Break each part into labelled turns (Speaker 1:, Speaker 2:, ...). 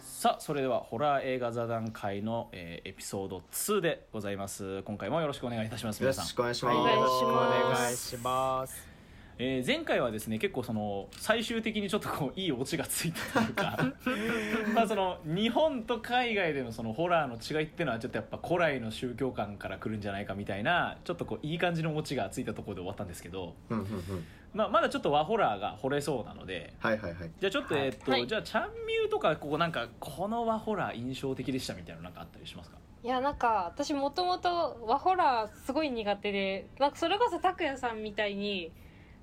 Speaker 1: さあそれではホラー映画座談会の、えーエピソード2でございます今回もよろしくお願いいたします
Speaker 2: よろ
Speaker 1: 皆さん
Speaker 2: しくお願いしま
Speaker 3: はい
Speaker 2: す。
Speaker 3: お願いします
Speaker 4: お願いします。
Speaker 1: えー前回はですね結構その最終的にちょっとこういいオチがついたというかまあその日本と海外でのそのホラーの違いっていうのはちょっとやっぱ古来の宗教観から来るんじゃないかみたいなちょっとこういい感じのオチがついたところで終わったんですけど、
Speaker 2: うんうんうん
Speaker 1: まあ、まだちょっと和ホラーが惚れそうなので
Speaker 2: はいはいはい。
Speaker 1: じゃあちょっと
Speaker 4: はい
Speaker 1: えっと、
Speaker 3: はい
Speaker 1: じゃあちゃんみゆとかこうなんかこの和ホラー印象的でしたみたいなのなんかあったりしますか
Speaker 3: いやなんか私もともと和ホラーすごい苦手でなんかそれこそ拓哉さんみたいに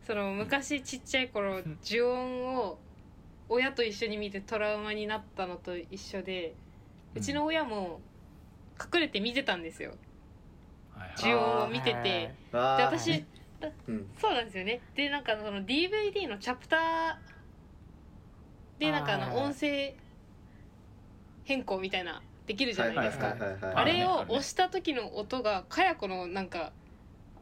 Speaker 3: その昔ちっちゃい頃
Speaker 1: ん
Speaker 3: 呪音を親と一緒に見てトラウマになったのと一緒でうちの親も隠れて見てたんですよ
Speaker 1: はいはい
Speaker 3: 呪音を見てて
Speaker 2: あ
Speaker 3: で
Speaker 2: ー
Speaker 3: 私
Speaker 2: うん
Speaker 3: そうなんですよね。で、なんかその DVD のチャプターで、なんかあ
Speaker 4: あ
Speaker 3: の
Speaker 4: ー
Speaker 3: 音声変更みたいな、できるじゃないです
Speaker 2: はい。は
Speaker 3: か
Speaker 2: いはいはいはい
Speaker 3: あれ
Speaker 1: あ
Speaker 3: を
Speaker 1: るね
Speaker 3: 押した時の音が、かやこのなんか、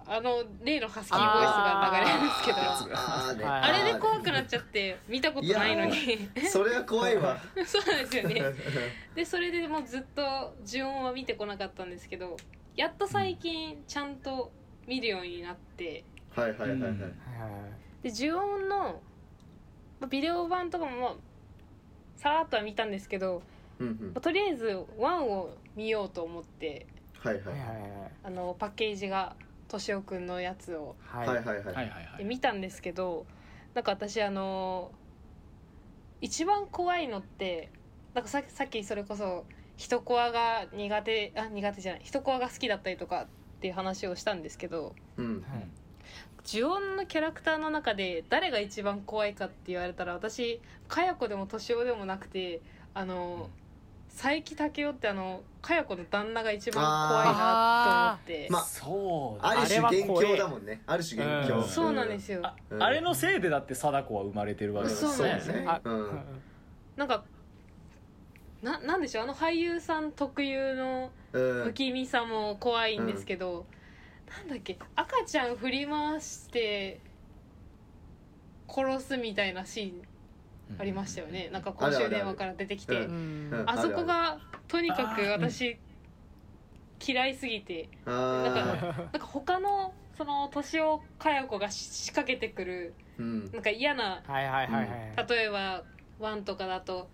Speaker 3: あの例のハスキーボイスが流れるんですけど、あ
Speaker 1: ー
Speaker 2: あーね
Speaker 4: はい
Speaker 3: れで怖くなっちゃって、見たことないのに。
Speaker 2: それは怖いわ。
Speaker 3: そうなんです よね。で、それでもうずっと呪音は見てこなかったんですけど、やっと最近ちゃんと見るようになって、
Speaker 2: はいはいはいはい。
Speaker 3: で呪音のまあビデオ版とかもまあさらっとは見たんですけど、
Speaker 2: うんうん
Speaker 3: まあとりあえず1を見ようと思って
Speaker 2: はいはい
Speaker 3: あのパッケージが敏夫くんのやつを
Speaker 4: は
Speaker 2: はいい
Speaker 4: は。
Speaker 2: はいいは
Speaker 1: はい
Speaker 2: い。
Speaker 1: はいは
Speaker 3: で
Speaker 1: い
Speaker 3: 見たんですけどなんか私あの一番怖いのってなんかささっきそれこそ人コアが苦手あ苦手じゃない人コアが好きだったりとかっていう話をしたんですけど
Speaker 2: うん
Speaker 4: はい
Speaker 3: 呪音のキャラクターの中で誰が一番怖いかって言われたら私かや子でも年男でもなくてあの、佐伯武雄ってあのかや子の旦那が一番怖いなと思って
Speaker 2: まあ
Speaker 1: そう
Speaker 2: ある種
Speaker 4: あれは
Speaker 2: 元
Speaker 4: 怖い
Speaker 2: 凶だもんね。ある種元
Speaker 1: う
Speaker 2: 凶。
Speaker 1: ん
Speaker 3: そうなんですよ
Speaker 1: あ
Speaker 2: うん
Speaker 1: あれのせいでだって貞子は生まれてるわ
Speaker 2: うん
Speaker 1: けですよ
Speaker 3: そうなん
Speaker 1: ね
Speaker 3: ですよ
Speaker 2: ね
Speaker 4: あ
Speaker 2: うん。
Speaker 3: なんかななんでしょうあの俳優さん特有の
Speaker 2: うん
Speaker 3: 不気味さも怖いんですけど、なんだっけ赤ちゃん振り回して殺すみたいなシーンありましたよね、なんか公衆電話から出てきて。
Speaker 2: あるあるあるうん
Speaker 4: うん
Speaker 3: あそこがとにかく
Speaker 1: あーうん
Speaker 3: 私嫌いすぎて
Speaker 2: ああ。
Speaker 3: なんか他のその年をかや子がし仕掛けてくる
Speaker 2: うん。
Speaker 3: なんか嫌な
Speaker 4: はいはいはいはい。
Speaker 3: 例えばワンとかだと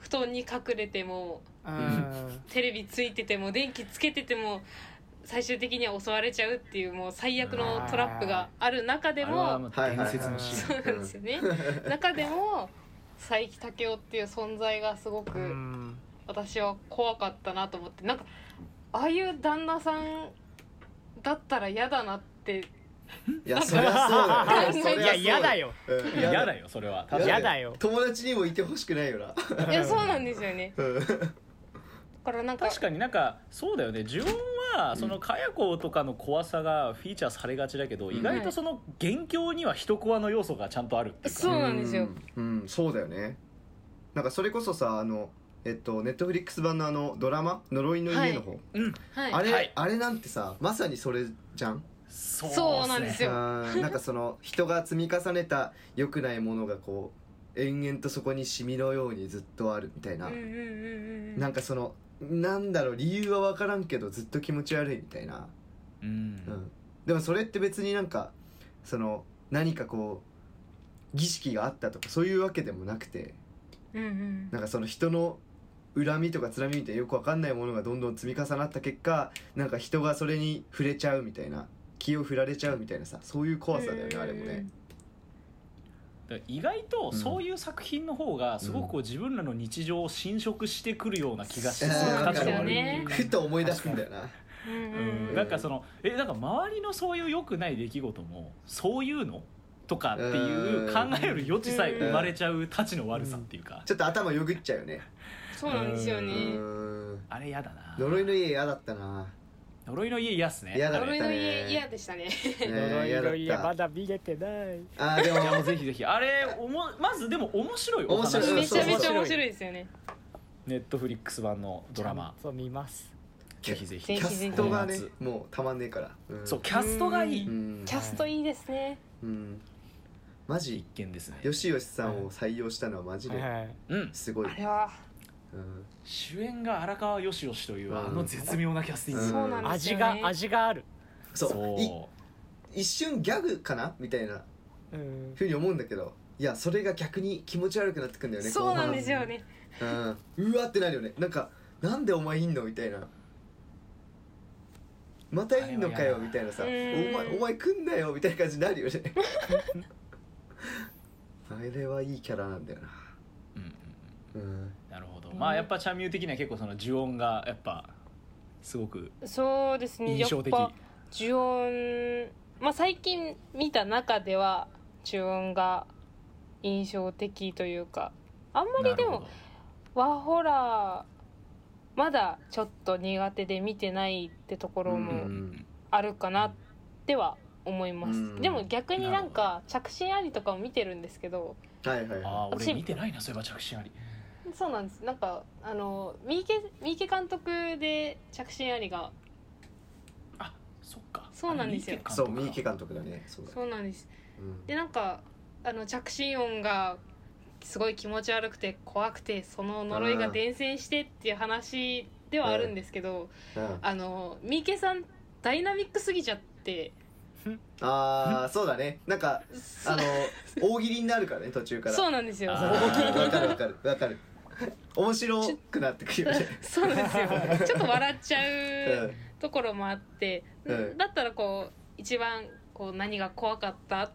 Speaker 3: 布団に隠れても
Speaker 4: うん
Speaker 3: テレビついてても電気つけてても最終的には襲われちゃうっていうもう最悪のトラップがある中で
Speaker 1: あれはも
Speaker 3: も
Speaker 1: う伝説のシーン
Speaker 3: そうなんですよね 中でも佐伯武雄っていう存在がすごく。
Speaker 4: うん
Speaker 3: 私は怖かったなと思ってなんかああいう旦那さんだったら嫌だな って
Speaker 2: いや、そり ゃそうだよ。
Speaker 4: いや嫌だよ。
Speaker 2: うん。
Speaker 1: 嫌だよそれは確か
Speaker 4: 嫌だよ
Speaker 2: 友達にもいてほしくないよな。
Speaker 3: いやそうなんですよね
Speaker 2: うん
Speaker 3: だからなんか
Speaker 1: 確かになんかそうだよね呪音はそのかや子とかの怖さがフィーチャーされがちだけど、
Speaker 2: うん
Speaker 1: 意外とその元凶には人コアの要素がちゃんとあるっていうか
Speaker 3: そうなんですよ
Speaker 2: うん、うんそうだよねなんかそれこそさあのえっとネットフリックス版のあのドラマ「呪いの家」の方、
Speaker 3: はい
Speaker 2: あれ、
Speaker 1: はい
Speaker 2: あれなんてさまさにそれじゃん
Speaker 1: そっ
Speaker 3: そうなんですよ
Speaker 2: あーなんかその人が積み重ねた良くないものがこう延々とそこにシミのようにずっとあるみたいな、
Speaker 3: うんうんうんうんうん
Speaker 2: なんかそのなんだろう理由は分からんけどずっと気持ち悪いみたいな、
Speaker 1: うん、
Speaker 2: うん、でもそれって別になんかその何かこう儀式があったとかそういうわけでもなくて
Speaker 3: うんうん
Speaker 2: なんかその人の恨みとか辛みみたいなよくわかんないものがどんどん積み重なった結果なんか人がそれに触れちゃうみたいな気を振られちゃうみたいなさそういう怖さだよねあれもね
Speaker 1: だから意外とそういう作品の方がすごくこう自分らの日常を侵食してくるような気がして
Speaker 2: うん
Speaker 1: すご く価値が
Speaker 3: そ
Speaker 1: 悪い
Speaker 3: うですよね
Speaker 2: ふと思い出すんだよな
Speaker 3: うんうん
Speaker 1: う
Speaker 3: うん
Speaker 1: んなんかそのえなんか周りのそういう良くない出来事もそういうのとかっていう
Speaker 2: うん
Speaker 1: 考える余地さえ生まれちゃうたちの悪さっていうか、
Speaker 2: ちょっと頭よぐっちゃうよね
Speaker 3: そうなんですよ
Speaker 2: う
Speaker 3: ね
Speaker 2: ーん
Speaker 1: あれやだな
Speaker 2: 呪いの家嫌だったな
Speaker 1: 呪いの家嫌っすね
Speaker 2: 嫌だ
Speaker 3: 呪
Speaker 2: ね
Speaker 3: いの家嫌でしたね
Speaker 2: ね
Speaker 4: 呪いの家
Speaker 2: 嫌だ
Speaker 4: ま
Speaker 2: っ
Speaker 4: だ見れてない。
Speaker 2: たあーでも
Speaker 1: いやもうぜひぜひあれおもまずでも面白いお話
Speaker 2: 面白い
Speaker 3: めちゃめち
Speaker 2: そうそ
Speaker 3: ゃ
Speaker 2: うそう
Speaker 3: 面白いですよね
Speaker 1: ネットフリックス版のドラマ
Speaker 4: そう見ます。
Speaker 1: ぜひぜひ
Speaker 2: キャストがね
Speaker 1: ぜひぜ
Speaker 2: もうたまんねえからん
Speaker 1: そうキャストがいい
Speaker 2: うん
Speaker 3: キャストいいですね
Speaker 2: うんマジ
Speaker 1: 一見ですね
Speaker 2: よしよしさんを採用したのはマジ
Speaker 4: はい
Speaker 2: で
Speaker 4: はい。
Speaker 1: うん
Speaker 2: すごい
Speaker 3: あれは
Speaker 2: うん
Speaker 1: 主演が荒川よしよしという
Speaker 2: うん
Speaker 1: あの絶妙なキャスティング、
Speaker 2: うん
Speaker 3: そうなんです
Speaker 4: 味
Speaker 3: よ、ね、
Speaker 4: が味がある
Speaker 2: そうい
Speaker 1: そ
Speaker 2: 一瞬ギャグかなみたいな
Speaker 4: うん
Speaker 2: ふうに思うんだけどいやそれが逆に気持ち悪くなってくんだよね
Speaker 3: そうなんです
Speaker 2: 後
Speaker 3: よね
Speaker 2: 半うんうわってなるよねなんかなんでお前いんのみたいなまたいんのかよ
Speaker 1: あれは嫌だな
Speaker 2: みたいなさ「お
Speaker 3: うん
Speaker 2: 前お前来んなよ」みたいな感じになるよね あれはいいキャラなんだよな
Speaker 1: う、うんうん
Speaker 2: うん
Speaker 1: うん、なるほど、
Speaker 3: うん
Speaker 1: まあやっぱチャミュー的には結構その呪音がやっぱすごく
Speaker 3: そうですね
Speaker 1: 印
Speaker 3: や
Speaker 1: 象
Speaker 3: っ
Speaker 1: 的
Speaker 3: ぱ呪音まあ最近見た中では呪音が印象的というかあんまりで
Speaker 1: なる
Speaker 3: も
Speaker 1: ほど
Speaker 3: ワーホラーまだちょっと苦手で見てないってところ
Speaker 1: うんうん
Speaker 3: も
Speaker 1: うん
Speaker 3: あるかなっては思います、
Speaker 2: うん
Speaker 3: でも逆になんか着信ありとかも見てるんですけど
Speaker 2: はいはい
Speaker 1: ああ
Speaker 2: は
Speaker 1: 俺見てないなそういえば着信あり
Speaker 3: そうなんですなんかあの三池三池監督で着信ありが
Speaker 1: あそっか
Speaker 3: そうなんですよ
Speaker 2: いそう三池監督だねそうだ
Speaker 3: そうなんです
Speaker 2: うん
Speaker 3: でなんかあの着信音がすごい気持ち悪くて怖くてその呪いが伝染してっていう話ではあるんですけど、
Speaker 2: うん
Speaker 3: あの三池さんダイナミックすぎちゃって
Speaker 2: ああそうだねなんか
Speaker 3: そ
Speaker 2: あ の大喜利になるからね途中から
Speaker 3: そうなんですよ
Speaker 1: あー
Speaker 2: わかるわかるわかる面白くなってくるよね
Speaker 3: そうなんですよちょっと笑っちゃ
Speaker 2: う
Speaker 3: うんところもあって、
Speaker 2: うん
Speaker 3: だったらこう一番こう何が怖かった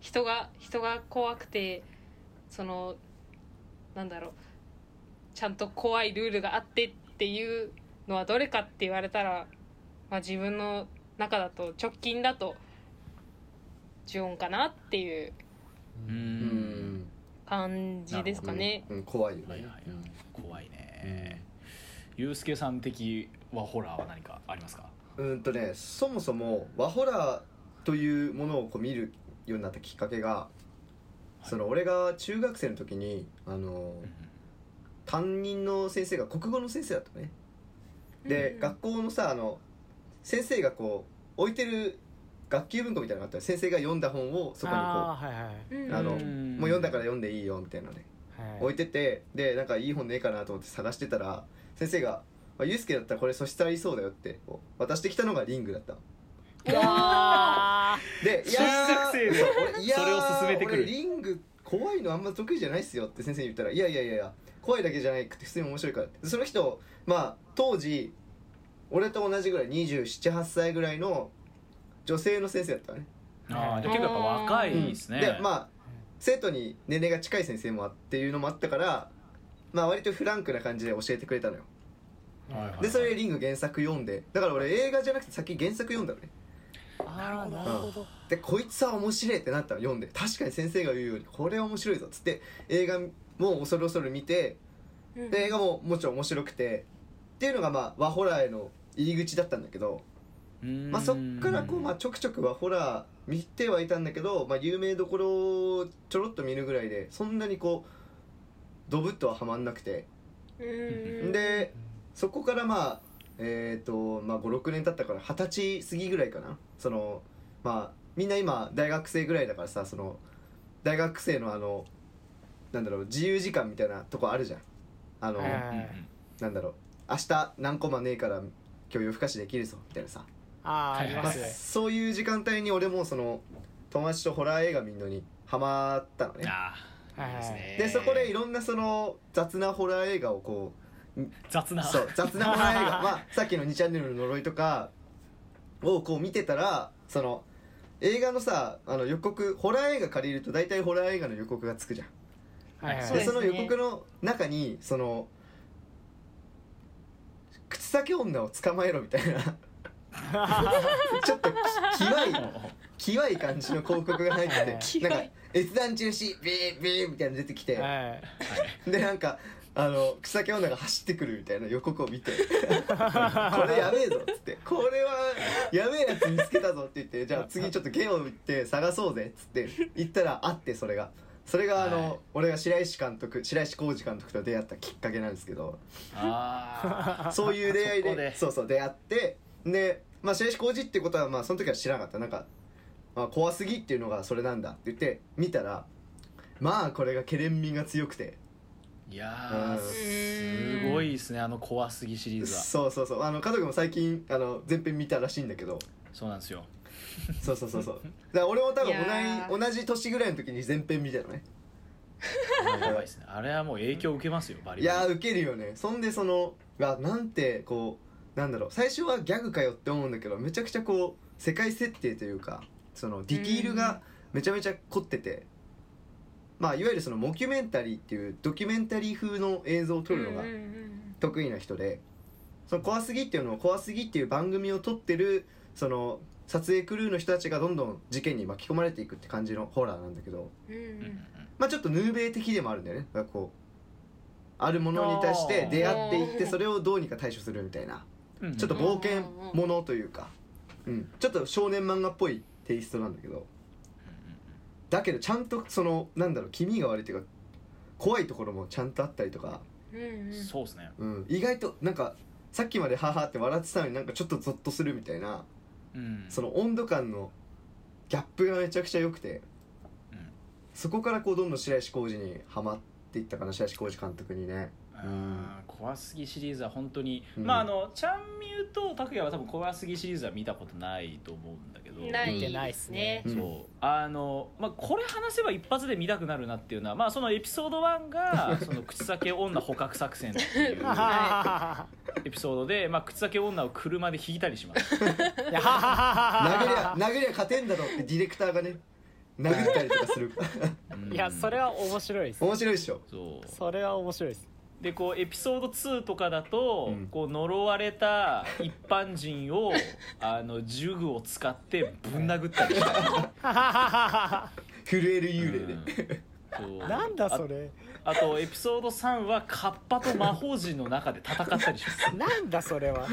Speaker 3: 人が人が怖くてそのなんだろうちゃんと怖いルールがあってっていうのはどれかって言われたら、まあ、自分の中だと直近だと呪音かなっていう
Speaker 1: う
Speaker 2: うんん
Speaker 3: 感じですかね。
Speaker 2: うん怖いよ
Speaker 1: はいはいは
Speaker 2: ね
Speaker 1: い怖いねユうスケさん的はホラーは何かありますか
Speaker 2: うんとねそもそもワホラーというものをこう見るようになったきっかけが
Speaker 1: い
Speaker 2: その俺が中学生の時にあの担任の先生が国語の先生だったのねで、
Speaker 3: うん
Speaker 2: 学校のさあの先生がこう置いてる学級文庫みたいなのがあったら先生が読んだ本をそこにこう
Speaker 4: あーはいはい
Speaker 3: うん
Speaker 2: あの
Speaker 3: うん
Speaker 2: もう読んだから読んでいいよみたいなね
Speaker 4: はい
Speaker 2: 置いててでなんかいい本ねえかなと思って探してたら先生が「あユースケだったらこれ素質ありそうだよ」ってこう渡してきたのがリングだったの
Speaker 3: うわ
Speaker 4: あ
Speaker 2: で「い
Speaker 1: 小学生で
Speaker 2: そう俺いやー
Speaker 1: それを勧めてくる
Speaker 2: 俺リング怖いのあんま得意じゃないっすよ」って先生に言ったら「いやいやいやいや怖いだけじゃないくて普通に面白いから」でその人まあ当時俺と同じぐらい278歳ぐらいの女性の先生だったのね
Speaker 1: ああじゃあ結構やっぱ若いですね、
Speaker 2: でまあ生徒に年齢が近い先生もあっていうのもあったから、まあ、割とフランクな感じで教えてくれたのよ
Speaker 4: ー
Speaker 1: はいはい
Speaker 2: でそれでリング原作読んでだから俺映画じゃなくて先原作読んだのね
Speaker 4: あーなるほど
Speaker 2: でこいつは面白いってなったの読んで確かに先生が言うようにこれは面白いぞっつって映画も恐る恐る見てで映画ももちろん面白くてっていうのがまあ和ホラーへの入り口だったんだけど、まあ、そっからこう、まあ、ちょくちょく和ホラー見てはいたんだけど、まあ、有名どころをちょろっと見るぐらいでそんなにこうドブッとははまんなくて
Speaker 3: うん
Speaker 2: でそこからまあえっ、と、まあ、56年経ったから二十歳過ぎぐらいかなそのまあみんな今大学生ぐらいだからさその大学生のあのなんだろう自由時間みたいなとこあるじゃんあの、
Speaker 4: はいはい
Speaker 1: うんうん
Speaker 2: なんだろう明日何コマねえから今日夜更かしできるぞみたいなさ、
Speaker 4: あーあり
Speaker 1: は
Speaker 4: ま
Speaker 2: まあ
Speaker 4: すね
Speaker 2: そういう時間帯に俺もその友達とホラー映画見るのにハマったのね
Speaker 1: ああいいですね
Speaker 2: でそこでいろんなその雑なホラー映画をこう
Speaker 1: 雑な
Speaker 2: そう雑なホラー映画、まあ、さっきの2チャンネルの呪いとかをこう見てたらその映画のさあの予告ホラー映画借りると大体ホラー映画の予告がつくじゃん
Speaker 4: はいはい
Speaker 2: で
Speaker 3: そうですね
Speaker 2: の予告の中にその口先女を捕まえろみたいなちょっときわいきわい感じの広告が入ってて
Speaker 3: キワ
Speaker 2: ないんか閲覧中止ビービーみたいなの出てきて、
Speaker 4: はい
Speaker 2: でなんかあの草先女が走ってくるみたいな予告を 見てこれやべえぞっつってこれはやべえやつ見つけたぞって言ってじゃあ次ちょっとゲオ行って探そうぜっつって行ったらあってそれがそれがあの、
Speaker 1: はい
Speaker 2: 俺が白石監督白石浩二監督と出会ったきっかけなんですけど
Speaker 1: ああ
Speaker 2: そういう出会い
Speaker 1: そ
Speaker 2: で
Speaker 1: こで
Speaker 2: そうそう出会ってで、まあ、白石浩二ってことはまあその時は知らなかったなんか、まあ、怖すぎっていうのがそれなんだって言って見たらまあこれがケレン味が強くて。
Speaker 1: いやーすごいですねあの怖すぎシリーズは
Speaker 2: そうそうそうあの家族も最近あの前編見たらしいんだけ ど
Speaker 1: そうなんですよ
Speaker 2: そうそうそうそうだから俺も多分
Speaker 3: いや
Speaker 2: 同じ同じ年ぐらいの時に前編見たのね
Speaker 1: やばいですねあれはもう影響受けますよバリ
Speaker 2: いや
Speaker 1: バ
Speaker 2: ーウケるよねそんでそのうわなんてこうなんだろう最初はギャグかよって思うんだけどめちゃくちゃこう世界設定というかそのディティールがめちゃめちゃ凝ってて、まあいわゆるそのモキュメンタリーっていうドキュメンタリー風の映像を撮るのが
Speaker 3: うんうんうん
Speaker 2: 得意な人でその怖すぎっていうのを怖すぎっていう番組を撮ってるその撮影クルーの人たちがどんどん事件に巻き込まれていくって感じのホラーなんだけど
Speaker 3: うん
Speaker 1: リうん
Speaker 2: まあちょっとヌーベイ的でもあるんだよねだからこうあるものに対して出会っていって
Speaker 3: あー
Speaker 2: それをどうにか対処するみたいな
Speaker 1: うんうん
Speaker 2: ちょっと冒険ものというか、うん、ちょっと少年漫画っぽいテイストなんだけどだけどちゃんとそのなんだろう気味が悪いというか怖いところもちゃんとあったりとか、
Speaker 3: うんうん
Speaker 1: そうですね
Speaker 2: うん、意外となんかさっきまで「はは」って笑ってたのになんかちょっとゾッとするみたいな
Speaker 1: うん
Speaker 2: その温度感のギャップがめちゃくちゃ良くて、
Speaker 1: うん
Speaker 2: そこからこうどんどん白石浩二にはまっていったかな白石浩二監督にね。
Speaker 1: あー怖すぎシリーズは本当に、
Speaker 2: うん
Speaker 1: まああのちゃんみゆと拓也は多分怖すぎシリーズは見たことないと思うんだけど
Speaker 3: ない
Speaker 2: 見て
Speaker 4: ないっすね
Speaker 2: うん
Speaker 1: そうあの、まあ、これ話せば一発で見たくなるなっていうのは、まあ、そのエピソード1がその口先女捕獲作戦っていう
Speaker 4: は
Speaker 1: エピソードで、まあ、口先女を車で引いたりします
Speaker 4: いやはは
Speaker 2: 殴り
Speaker 4: は
Speaker 2: ゃ
Speaker 4: は
Speaker 2: 殴りゃ勝てんだろってディレクターがね殴ったりとか する
Speaker 1: うん
Speaker 4: い やそれは面白いです
Speaker 2: 面白いっしょ
Speaker 1: そう
Speaker 4: それは面白 いです
Speaker 1: でこうエピソード2とかだと、
Speaker 2: うん
Speaker 1: こう呪われた一般人 をあの呪具を使ってぶん殴ったりしたり
Speaker 4: はははは
Speaker 2: 震える 幽霊で、
Speaker 1: うんそう
Speaker 4: なんだそれ
Speaker 1: ああとエピソード3はカッパと魔法陣の中で戦ったりします
Speaker 4: なんだそれは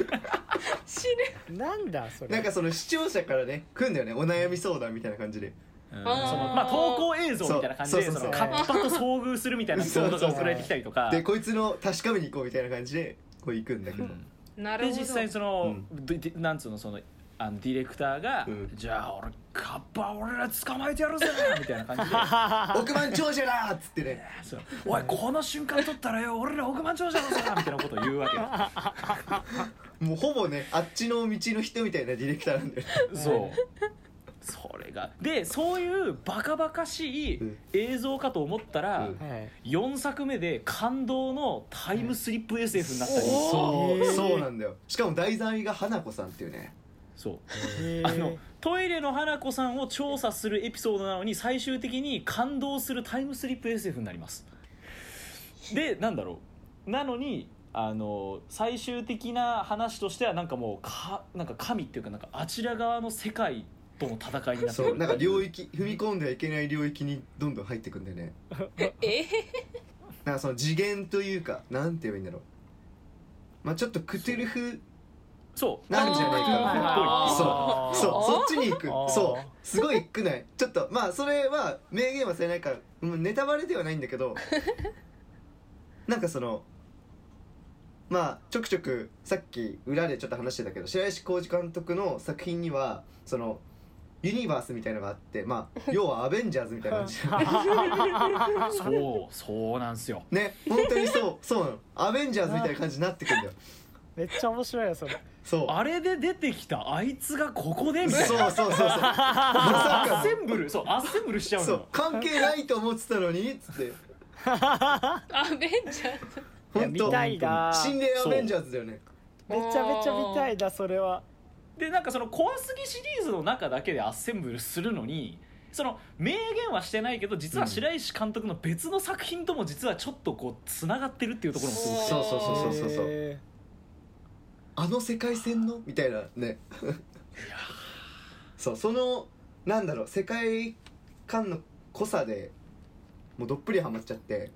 Speaker 3: 死ぬ
Speaker 4: なんだそれ
Speaker 2: なんかその視聴者からね来んだよねお悩み相談みたいな感じで
Speaker 1: うんそ
Speaker 3: あー
Speaker 1: のまあ投稿映像みたいな感じで
Speaker 2: そうそう
Speaker 1: そ
Speaker 2: そう
Speaker 1: のカッパと遭遇するみたいな動画が送られてきたりとか
Speaker 2: でこいつの確かめに行こうみたいな感じでこう行くんだ
Speaker 1: う
Speaker 2: けど、
Speaker 1: ん
Speaker 3: なる
Speaker 1: で
Speaker 3: ほど
Speaker 1: 実際にその、ででなんつうのそのあのディレクターが、
Speaker 2: うん
Speaker 1: じゃあ俺カッパ俺ら捕まえてやるぜみたいな感 じで
Speaker 2: 億万長者だーっつってね
Speaker 1: そうおいこの瞬間撮ったらよ俺ら億万長者だぞみたいなことを言うわけよ
Speaker 2: もうほぼねあっちの道の人みたいなディレクターなんだよね
Speaker 1: そうそれがでそういうバカバカしい
Speaker 2: うん
Speaker 1: 映像かと思ったら、
Speaker 2: うん
Speaker 4: はい
Speaker 1: 四4作目で感動のタイムスリップ SF になったり、
Speaker 4: おー
Speaker 2: そう、
Speaker 4: へー
Speaker 2: そうなんだよしかも題材が花子さんっていうね
Speaker 1: そう
Speaker 4: へー
Speaker 1: あのトイレの花子さんを調査するエピソードなのに最終的に感動するタイムスリップ SF になりますでなんだろうなのにあの最終的な話としてはなんかもうかなんか神っていうかなんかあちら側の世界との戦いになって
Speaker 2: そうなんか領
Speaker 1: 域
Speaker 2: 域踏み込んではいけない領域にどんどん入ってくんだよね
Speaker 3: え
Speaker 2: なんかその次元というかなんて言えばいいんだろうまあちょっとクトゥルフ
Speaker 1: そう
Speaker 2: なんじゃないか
Speaker 1: あー
Speaker 2: なそうそうそっちに行く
Speaker 4: あー
Speaker 2: そうすごい行くないちょっとまあそれは明言はされないからうんネタバレではないんだけど なんかそのまあちょくちょくさっき裏でちょっと話してたけど白石浩二監督の作品にはそのユニバースみたいのがあってま あ要はアベンジャーズみたいな感じ
Speaker 1: そうそうなんですよ
Speaker 2: ね本当にそうそうなのアベンジャーズみたいな感じになってくんだよ
Speaker 4: めっちゃ面白いよそれ
Speaker 2: そう
Speaker 1: あれで出てきたあいつがここでみたい
Speaker 2: そう
Speaker 1: な
Speaker 2: そうそうそうま
Speaker 1: ア
Speaker 2: さ
Speaker 1: ッ
Speaker 2: か
Speaker 1: センブルそうアッセンブルしちゃうの
Speaker 2: そ
Speaker 1: よ
Speaker 2: う関係ないと思ってたのにっつって
Speaker 3: アベンジャーズ
Speaker 4: いや
Speaker 2: 本当
Speaker 4: 見たいな
Speaker 2: 心霊アベンジャーズだよね
Speaker 4: めちゃめちゃ見たいなそれは
Speaker 1: でなんかその怖すぎシリーズの中だけでアッセンブルするのにその明言はしてないけど実は白石監督の別の作品とも実はちょっとこうつながってるっていうところもすごくて
Speaker 2: そうそうそうそうそうそう
Speaker 4: へ
Speaker 2: あの世界線のみたいなねそうそのなんだろう世界観の濃さでもうどっぷりハマっちゃって、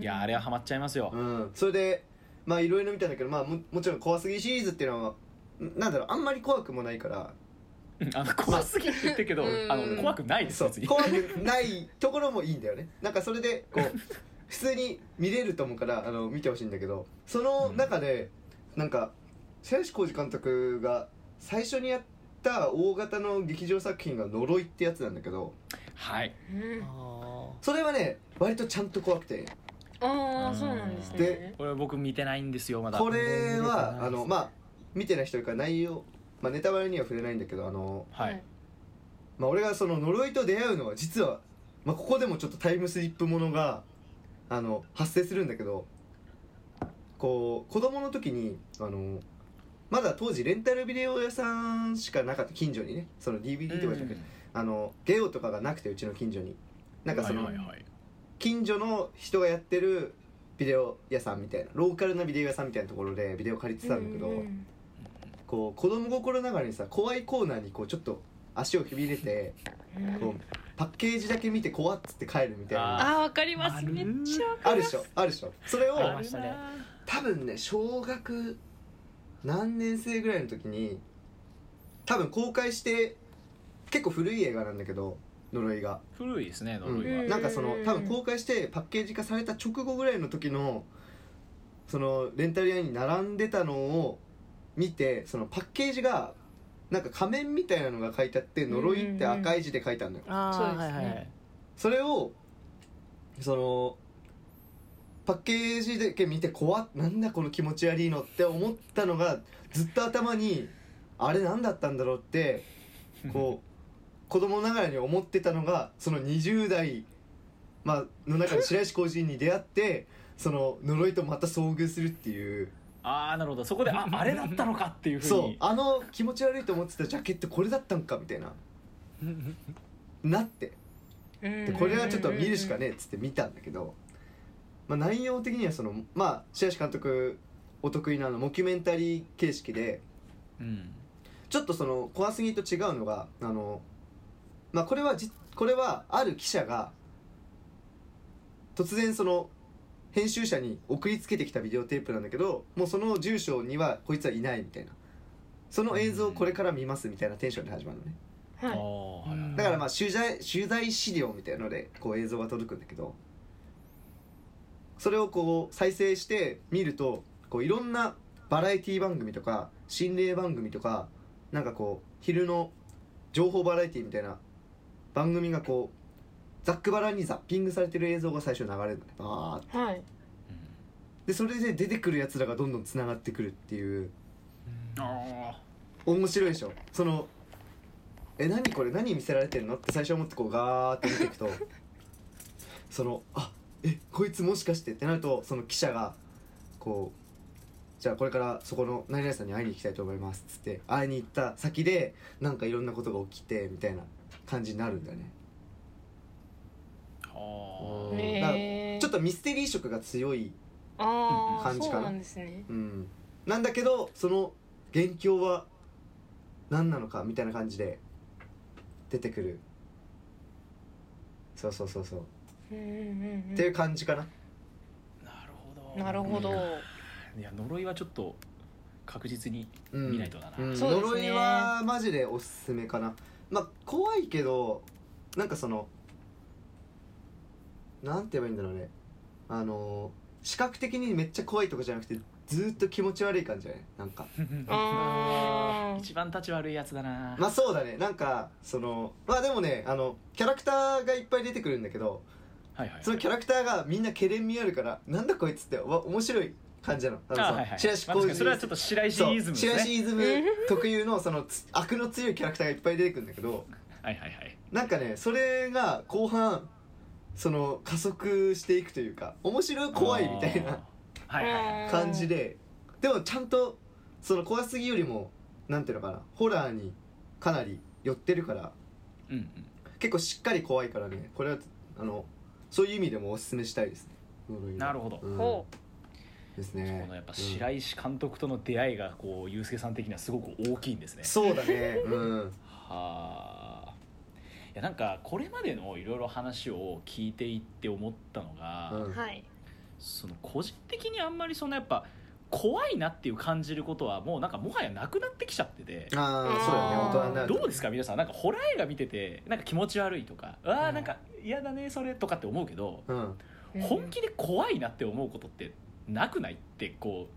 Speaker 1: いやあれはハマっちゃいますよ、
Speaker 2: うん、それでまあいろいろ見たんだけどまあももちろん怖すぎシリーズっていうのはんなんだろうあんまり怖くもないから
Speaker 1: あの怖すぎって言ってるけど、
Speaker 3: うん
Speaker 1: あの怖くないです
Speaker 2: そう
Speaker 1: 別に
Speaker 2: 怖くないところもいいんだよねなんかそれでこう普通に見れると思うからあの見てほしいんだけどその中で、なんか白石浩二監督が最初にやった大型の劇場作品が「呪い」ってやつなんだけど
Speaker 1: はい
Speaker 3: うん
Speaker 4: ーあ
Speaker 2: それはね割とちゃんと怖くて
Speaker 3: ああそうなんですね
Speaker 2: で
Speaker 1: これ僕見てないんですよまだ
Speaker 2: これはあ
Speaker 4: うん
Speaker 2: のまあ見てない人いるから内容、まあ、ネタバレには触れないんだけどあの、
Speaker 1: はい、
Speaker 2: まあ、俺がその呪いと出会うのは実は、まあ、ここでもちょっとタイムスリップものがあの発生するんだけどこう子供の時にあのまだ当時レンタルビデオ屋さんしかなかった近所にねその DVD とかじゃなくて、あのゲオとかがなくてうちの近所になんかその
Speaker 1: はいはいはい
Speaker 2: 近所の人がやってるビデオ屋さんみたいなローカルなビデオ屋さんみたいなところでビデオ借りてたんだけど、
Speaker 3: うんうん
Speaker 2: こう子供心ながらにさ怖いコーナーにこうちょっと足を踏み入れて
Speaker 3: うん
Speaker 2: こうパッケージだけ見て怖っつって帰るみたいな
Speaker 1: ー
Speaker 3: あーわかりま
Speaker 1: あ
Speaker 3: す
Speaker 1: る
Speaker 3: めっちゃわ
Speaker 2: あ
Speaker 3: か
Speaker 2: るで
Speaker 3: りま
Speaker 2: すしょあるでしょそれを
Speaker 4: あ
Speaker 1: あるな
Speaker 2: 多分ね小学何年生ぐらいの時に多分公開して結構古い映画なんだけど呪いが、
Speaker 1: 古いですね
Speaker 2: う
Speaker 1: 呪いは、
Speaker 2: ん、なんかその
Speaker 3: うん
Speaker 2: 多分公開してパッケージ化された直後ぐらいの時のそのレンタル屋に並んでたのを見てそのパッケージがなんか仮面みたいなのが書いてあって呪いって赤い字で書いてあるのよ
Speaker 4: あ
Speaker 3: そう
Speaker 4: ー
Speaker 3: ですね
Speaker 4: はいはい
Speaker 2: それをそのパッケージだけ見て怖っなんだこの気持ち悪いのって思ったのがずっと頭にあれ何だったんだろうってこ う子供ながらに思ってたのがその20代、まあの中で白石浩二に出会ってその呪いとまた遭遇するっていう
Speaker 1: ああなるほどそこでああれだったのかっていうふう
Speaker 2: そう
Speaker 1: に
Speaker 2: あの気持ち悪いと思ってたジャケットこれだったんかみたいななってでこれはちょっと見るしかねえっつって見たんだけど、まあ、内容的にはそのまあ白石監督お得意なあのモキュメンタリー形式で
Speaker 1: うん
Speaker 2: ちょっとその怖すぎと違うのがあの、まあ、これはじこれはある記者が突然その編集者に送りつけてきたビデオテープなんだけどもうその住所にはこいつはいないみたいなその映像をこれから見ますみたいなテンションで始まるのね
Speaker 1: あ
Speaker 3: はい
Speaker 1: ーはいはい
Speaker 4: うん
Speaker 2: だからまあ取材取材資料みたいのでこう映像が届くんだけどそれをこう再生して見るとこういろんなバラエティ番組とか心霊番組とかなんかこう昼の情報バラエティみたいな番組がこうざっくばらんにザッピングされてる映像が最初流れるのねバーって
Speaker 3: はい
Speaker 2: でそれで出てくるやつらがどんどんつながってくるっていう
Speaker 1: うんあ
Speaker 2: 面白いでしょそのえ何これ何見せられてんのって最初思ってこうガーって見ていくとそのあえこいつもしかしてってなるとその記者がこうじゃあこれからそこの何々さんに会いに行きたいと思いますっつって会いに行った先でなんかいろんなことが起きてみたいな感じになるんだよね
Speaker 1: ーあ
Speaker 2: うん
Speaker 1: ー
Speaker 2: だから
Speaker 3: ねえ
Speaker 2: ちょっとミステリー色が強い、
Speaker 3: あー
Speaker 2: 感じかな
Speaker 3: そうなんですね
Speaker 2: うん、なんだけどその元凶は何なのかみたいな感じで出てくるそうそうそうそう
Speaker 3: うんうんうんうん
Speaker 2: っていう感じかな、
Speaker 1: なるほど
Speaker 3: なるほど
Speaker 1: いや呪いはちょっと確実に
Speaker 2: うん
Speaker 1: 見ないとだな
Speaker 2: うん
Speaker 3: そうですね
Speaker 2: 呪いはマジでおすすめかなまあ怖いけどなんかそのなんて言えばいいんだろうねあのー視覚的にめっちゃ怖いとかじゃなくてずーっと気持ち悪い感じだねなんか
Speaker 3: あー
Speaker 1: 一番立ち悪いやつだな、
Speaker 2: まあそうだねなんかそのまあでもねあのキャラクターがいっぱい出てくるんだけど
Speaker 1: はいはい
Speaker 2: そのキャラクターがみんなけれんみあるからなんだこいつってわ面白い感じなのあの
Speaker 1: あ
Speaker 2: さ
Speaker 1: ーはいはい
Speaker 2: 白石
Speaker 1: まあ
Speaker 2: 浩
Speaker 1: 確か
Speaker 2: 二
Speaker 1: にそれはちょっと白石イズムです
Speaker 2: そう白
Speaker 1: ね
Speaker 2: 石イズム特有のそのつ悪の強いキャラクターがいっぱい出てくるんだけど
Speaker 1: はいはいはい
Speaker 2: なんかねそれが後半その加速していくというか面白い怖いみたいな
Speaker 1: あーはいはいはい
Speaker 2: 感じででもちゃんとその怖すぎよりもなんていうのかなホラーにかなり寄ってるから
Speaker 1: うんうん
Speaker 2: 結構しっかり怖いからねこれはあのそういう意味でもおすすめしたいですね
Speaker 1: なるほど
Speaker 2: うん
Speaker 3: ほ
Speaker 2: です
Speaker 1: そ
Speaker 2: ね
Speaker 1: このやっぱ白石監督との出会いがこうユうスケさん的にはすごく大きいんですね
Speaker 2: うん。そうだねうん
Speaker 1: はあ。いやなんかこれまでのいろいろ話を聞いていって思ったのが、
Speaker 2: うん
Speaker 3: うはい
Speaker 1: その個人的にあんまりそのやっぱ怖いなっていう感じることはもうなんかもはやなくなってきちゃってて。
Speaker 2: ああそうだね大人
Speaker 3: あー
Speaker 2: になると
Speaker 1: どうですか皆さんなんかホラー映画見ててなんか気持ち悪いとかあ
Speaker 4: う
Speaker 1: あ
Speaker 4: ん
Speaker 1: なんか嫌だねそれとかって思うけど
Speaker 2: うん
Speaker 1: 本気で怖いなって思うことってなくないってこ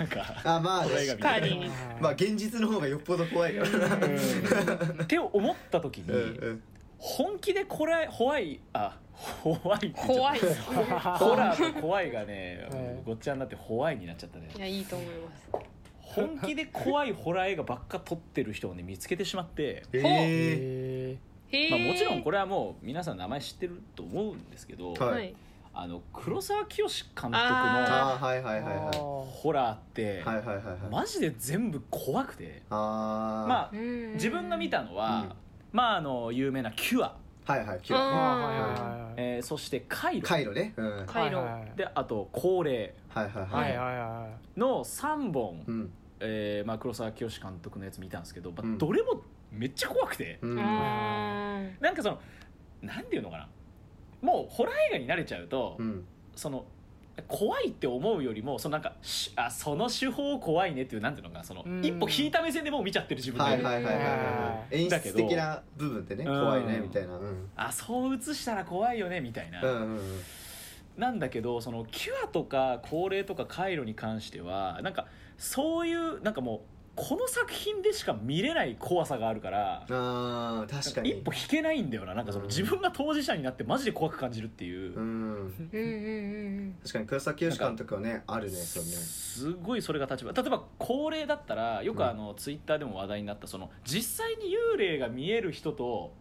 Speaker 1: う なんか
Speaker 2: あまあ
Speaker 1: ホラー映画見て
Speaker 3: 確かに
Speaker 2: まあ現実の方がよっぽど怖いからな
Speaker 1: うんって思った時に、
Speaker 2: うんうん
Speaker 1: 本気でこれホワイあホワイって言っちゃった
Speaker 3: 怖い
Speaker 1: ホラーと怖いがね
Speaker 4: はい
Speaker 1: ごっちゃになってホワイになっちゃったね
Speaker 3: いやいいと思います
Speaker 1: 本気で怖いホラー映画ばっか撮ってる人をね見つけてしまって、
Speaker 2: え
Speaker 4: え
Speaker 3: へえ、
Speaker 1: まあ、もちろんこれはもう皆さん名前知ってると思うんですけど、
Speaker 2: は
Speaker 3: はいい、
Speaker 1: あの黒沢清監督
Speaker 2: ー、
Speaker 1: の
Speaker 3: あ
Speaker 2: あーはいはい
Speaker 4: ー
Speaker 2: はいはい
Speaker 1: ホラーって、
Speaker 2: はいはいはいはい、
Speaker 1: マジで全部怖くて、
Speaker 2: あー
Speaker 1: まあ
Speaker 3: うん
Speaker 1: 自分が見たのは、まああの有名な「キュア
Speaker 2: はいはい今
Speaker 4: あ
Speaker 2: 日
Speaker 4: ーはいはいはいは」い
Speaker 1: えーそして「カイロ」
Speaker 2: 回路ね、うん、はい
Speaker 3: 回路
Speaker 4: はいはい
Speaker 1: であと「高齢
Speaker 2: はいはい
Speaker 4: はいはいはい
Speaker 1: の3本、
Speaker 2: うん
Speaker 1: えーまあ、黒沢清監督のやつ見たんですけど、まあ
Speaker 2: うん
Speaker 1: どれもめっちゃ怖くて、
Speaker 2: うん
Speaker 3: あ
Speaker 1: なんかそのなんていうのかなもうホラー映画に慣れちゃうと、
Speaker 2: うん
Speaker 1: その怖いって思うよりもそのなんかしあその手法怖いねっていうなんていうのかなその
Speaker 4: うん
Speaker 1: 一歩引いた目線でもう見ちゃってる自分で、
Speaker 2: はいはいはいはいはい演
Speaker 1: だ
Speaker 2: 出
Speaker 1: けど
Speaker 2: 的な部分ってね
Speaker 1: うん
Speaker 2: 怖いねみたいなうん
Speaker 1: あそう映したら怖いよねみたいな、
Speaker 2: うんうんうん
Speaker 1: なんだけどそのキュアとか高齢とか回路に関してはなんかそういうなんかもうこの作品でしか見れない怖さがあるから。
Speaker 2: あー確かに
Speaker 1: 一歩引けないんだよななんかその
Speaker 2: うん
Speaker 1: 自分が当事者になってマジで怖く感じるっていう、
Speaker 2: うん
Speaker 3: ーうんうんうん
Speaker 2: 確かに黒崎清監督はねあるねそうね
Speaker 1: すごいそれが立場例えば高齢だったらよくあの、ツイッターでも話題になったその実際に幽霊が見える人と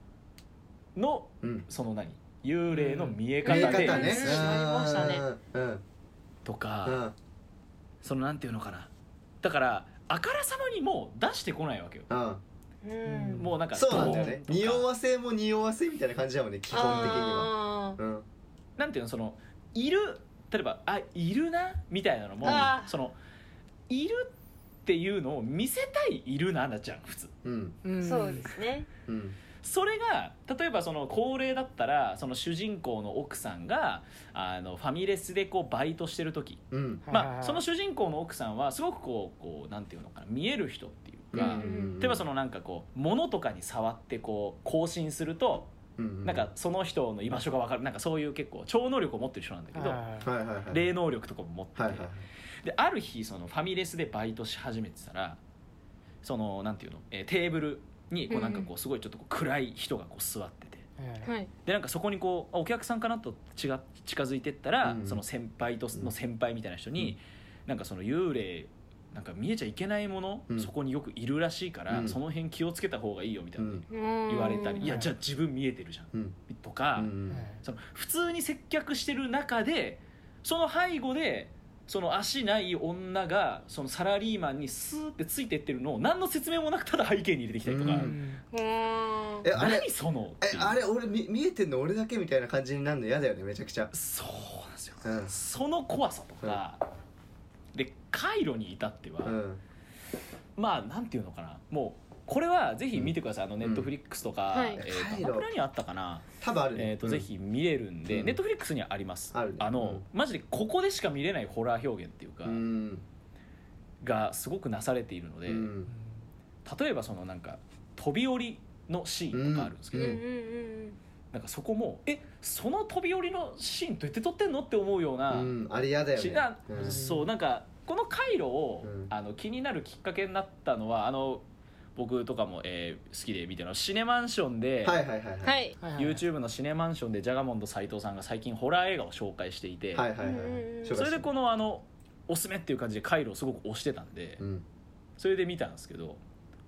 Speaker 1: の
Speaker 2: うん
Speaker 1: その何幽霊の見え
Speaker 2: 見え
Speaker 1: 方で
Speaker 2: 方ね
Speaker 3: うんありましたね
Speaker 2: うんうん
Speaker 1: とか、
Speaker 2: うん
Speaker 1: そのなんていうのかなだからあからさまにもう出してこないわけよ、
Speaker 2: うん
Speaker 3: うんうん
Speaker 1: もうなんか
Speaker 2: そうなんだよね
Speaker 1: ドーンとか
Speaker 2: 匂わせも匂わせみたいな感じだもんね基本的には
Speaker 3: あー
Speaker 2: うん
Speaker 1: なんていうのそのいる例えばあいるなみたいなのも
Speaker 3: あー
Speaker 1: そのいるっていうのを見せたいいるななっちゃん普通
Speaker 2: うん
Speaker 4: うん
Speaker 3: そうですね
Speaker 2: うん
Speaker 1: それが例えばその高齢だったらその主人公の奥さんがあのファミレスでこうバイトしてる時、
Speaker 2: うん
Speaker 4: はいはいはい
Speaker 1: まあ、その主人公の奥さんはすごくこうこうなんていうのかな見える人っていう
Speaker 2: う
Speaker 1: か、
Speaker 3: うん
Speaker 2: ん
Speaker 1: 例えばそのなんかこう物とかに触ってこう更新すると
Speaker 2: うん
Speaker 1: なんかその人の居場所が分かるなんかそういう結構超能力を持ってる人なんだけど、
Speaker 4: はい
Speaker 2: はいはいはい
Speaker 1: 霊能力とかも持ってて、
Speaker 2: はいはいはい
Speaker 1: である日そのファミレスでバイトし始めてたらそのなんていうの、えーテーブルにこうなんか
Speaker 3: うん
Speaker 1: こうすごいちょっとこう暗い人がこう座ってて。
Speaker 4: はい
Speaker 3: はい
Speaker 1: でなんかそこにこうあお客さんかなと違近づいてったら、
Speaker 2: うん
Speaker 1: その先輩と
Speaker 2: うん
Speaker 1: の先輩みたいな人に、なんかその幽霊なんか見えちゃいけないもの、
Speaker 2: うん
Speaker 1: そこによくいるらしいから、
Speaker 2: うん
Speaker 1: その辺気をつけた方がいいよみたいな、
Speaker 2: うん
Speaker 1: 言
Speaker 3: 言
Speaker 1: われたり、いや
Speaker 4: うん
Speaker 1: じゃあ自分見えてるじゃん
Speaker 2: うん
Speaker 1: とか、
Speaker 2: うん
Speaker 1: その普通に接客してる中でその背後でその足ない女がそのサラリーマンにスーってついてってるのを何の説明もなくただ背景に入れてきたりとか、
Speaker 2: う
Speaker 4: うんん
Speaker 3: うん
Speaker 2: えあれ
Speaker 1: 何そのって
Speaker 2: え
Speaker 1: いう
Speaker 2: あれ俺み見えてんの俺だけみたいな感じになるの嫌だよねめちゃくちゃ
Speaker 1: そうなんですよ、
Speaker 2: うん
Speaker 1: その怖さとか、で回路に至っては、
Speaker 2: うん
Speaker 1: まあなんていうのかなもうこれはぜひ見てください、あのネットフリックスとか、
Speaker 3: うんはい
Speaker 1: えー
Speaker 2: 回
Speaker 1: とア
Speaker 2: 路
Speaker 1: マプラにあったかな、
Speaker 2: 多分あるね
Speaker 1: えーと
Speaker 2: うん
Speaker 1: ぜひ見れるんで、
Speaker 2: うん
Speaker 1: ネットフリックスにはあります
Speaker 2: あるね
Speaker 1: の、マジでここでしか見れないホラー表現っていうか、
Speaker 2: うん
Speaker 1: がすごくなされているの
Speaker 2: う
Speaker 1: で、
Speaker 2: ん
Speaker 1: 例えばそのなんか飛び降りのシーンとかあるんですけ
Speaker 3: うん
Speaker 1: ど、
Speaker 3: うん
Speaker 2: うん
Speaker 1: なんかそこもえその飛び降りのシーンどうやって撮ってんのって思うよう
Speaker 2: う
Speaker 1: な、
Speaker 2: んあれ嫌だよ
Speaker 1: し
Speaker 2: ね
Speaker 1: な
Speaker 2: うん
Speaker 1: そうなんかこの回路を、
Speaker 2: うん
Speaker 1: あの気になるきっかけになったのはあの僕とかも、えー好きで見てるのシネマンションで、
Speaker 2: はいはいはい
Speaker 3: うん
Speaker 2: は
Speaker 3: はいい
Speaker 4: はいはい
Speaker 1: YouTube のシネマンションでジャガモンド斎藤さんが最近ホラー映画を紹介していて、
Speaker 2: はいはいはい
Speaker 3: うんうんうん
Speaker 2: 紹介して
Speaker 1: それでこのあのおすすめっていう感じで回路をすごく推してたんで、
Speaker 2: うん
Speaker 1: それで見たんですけど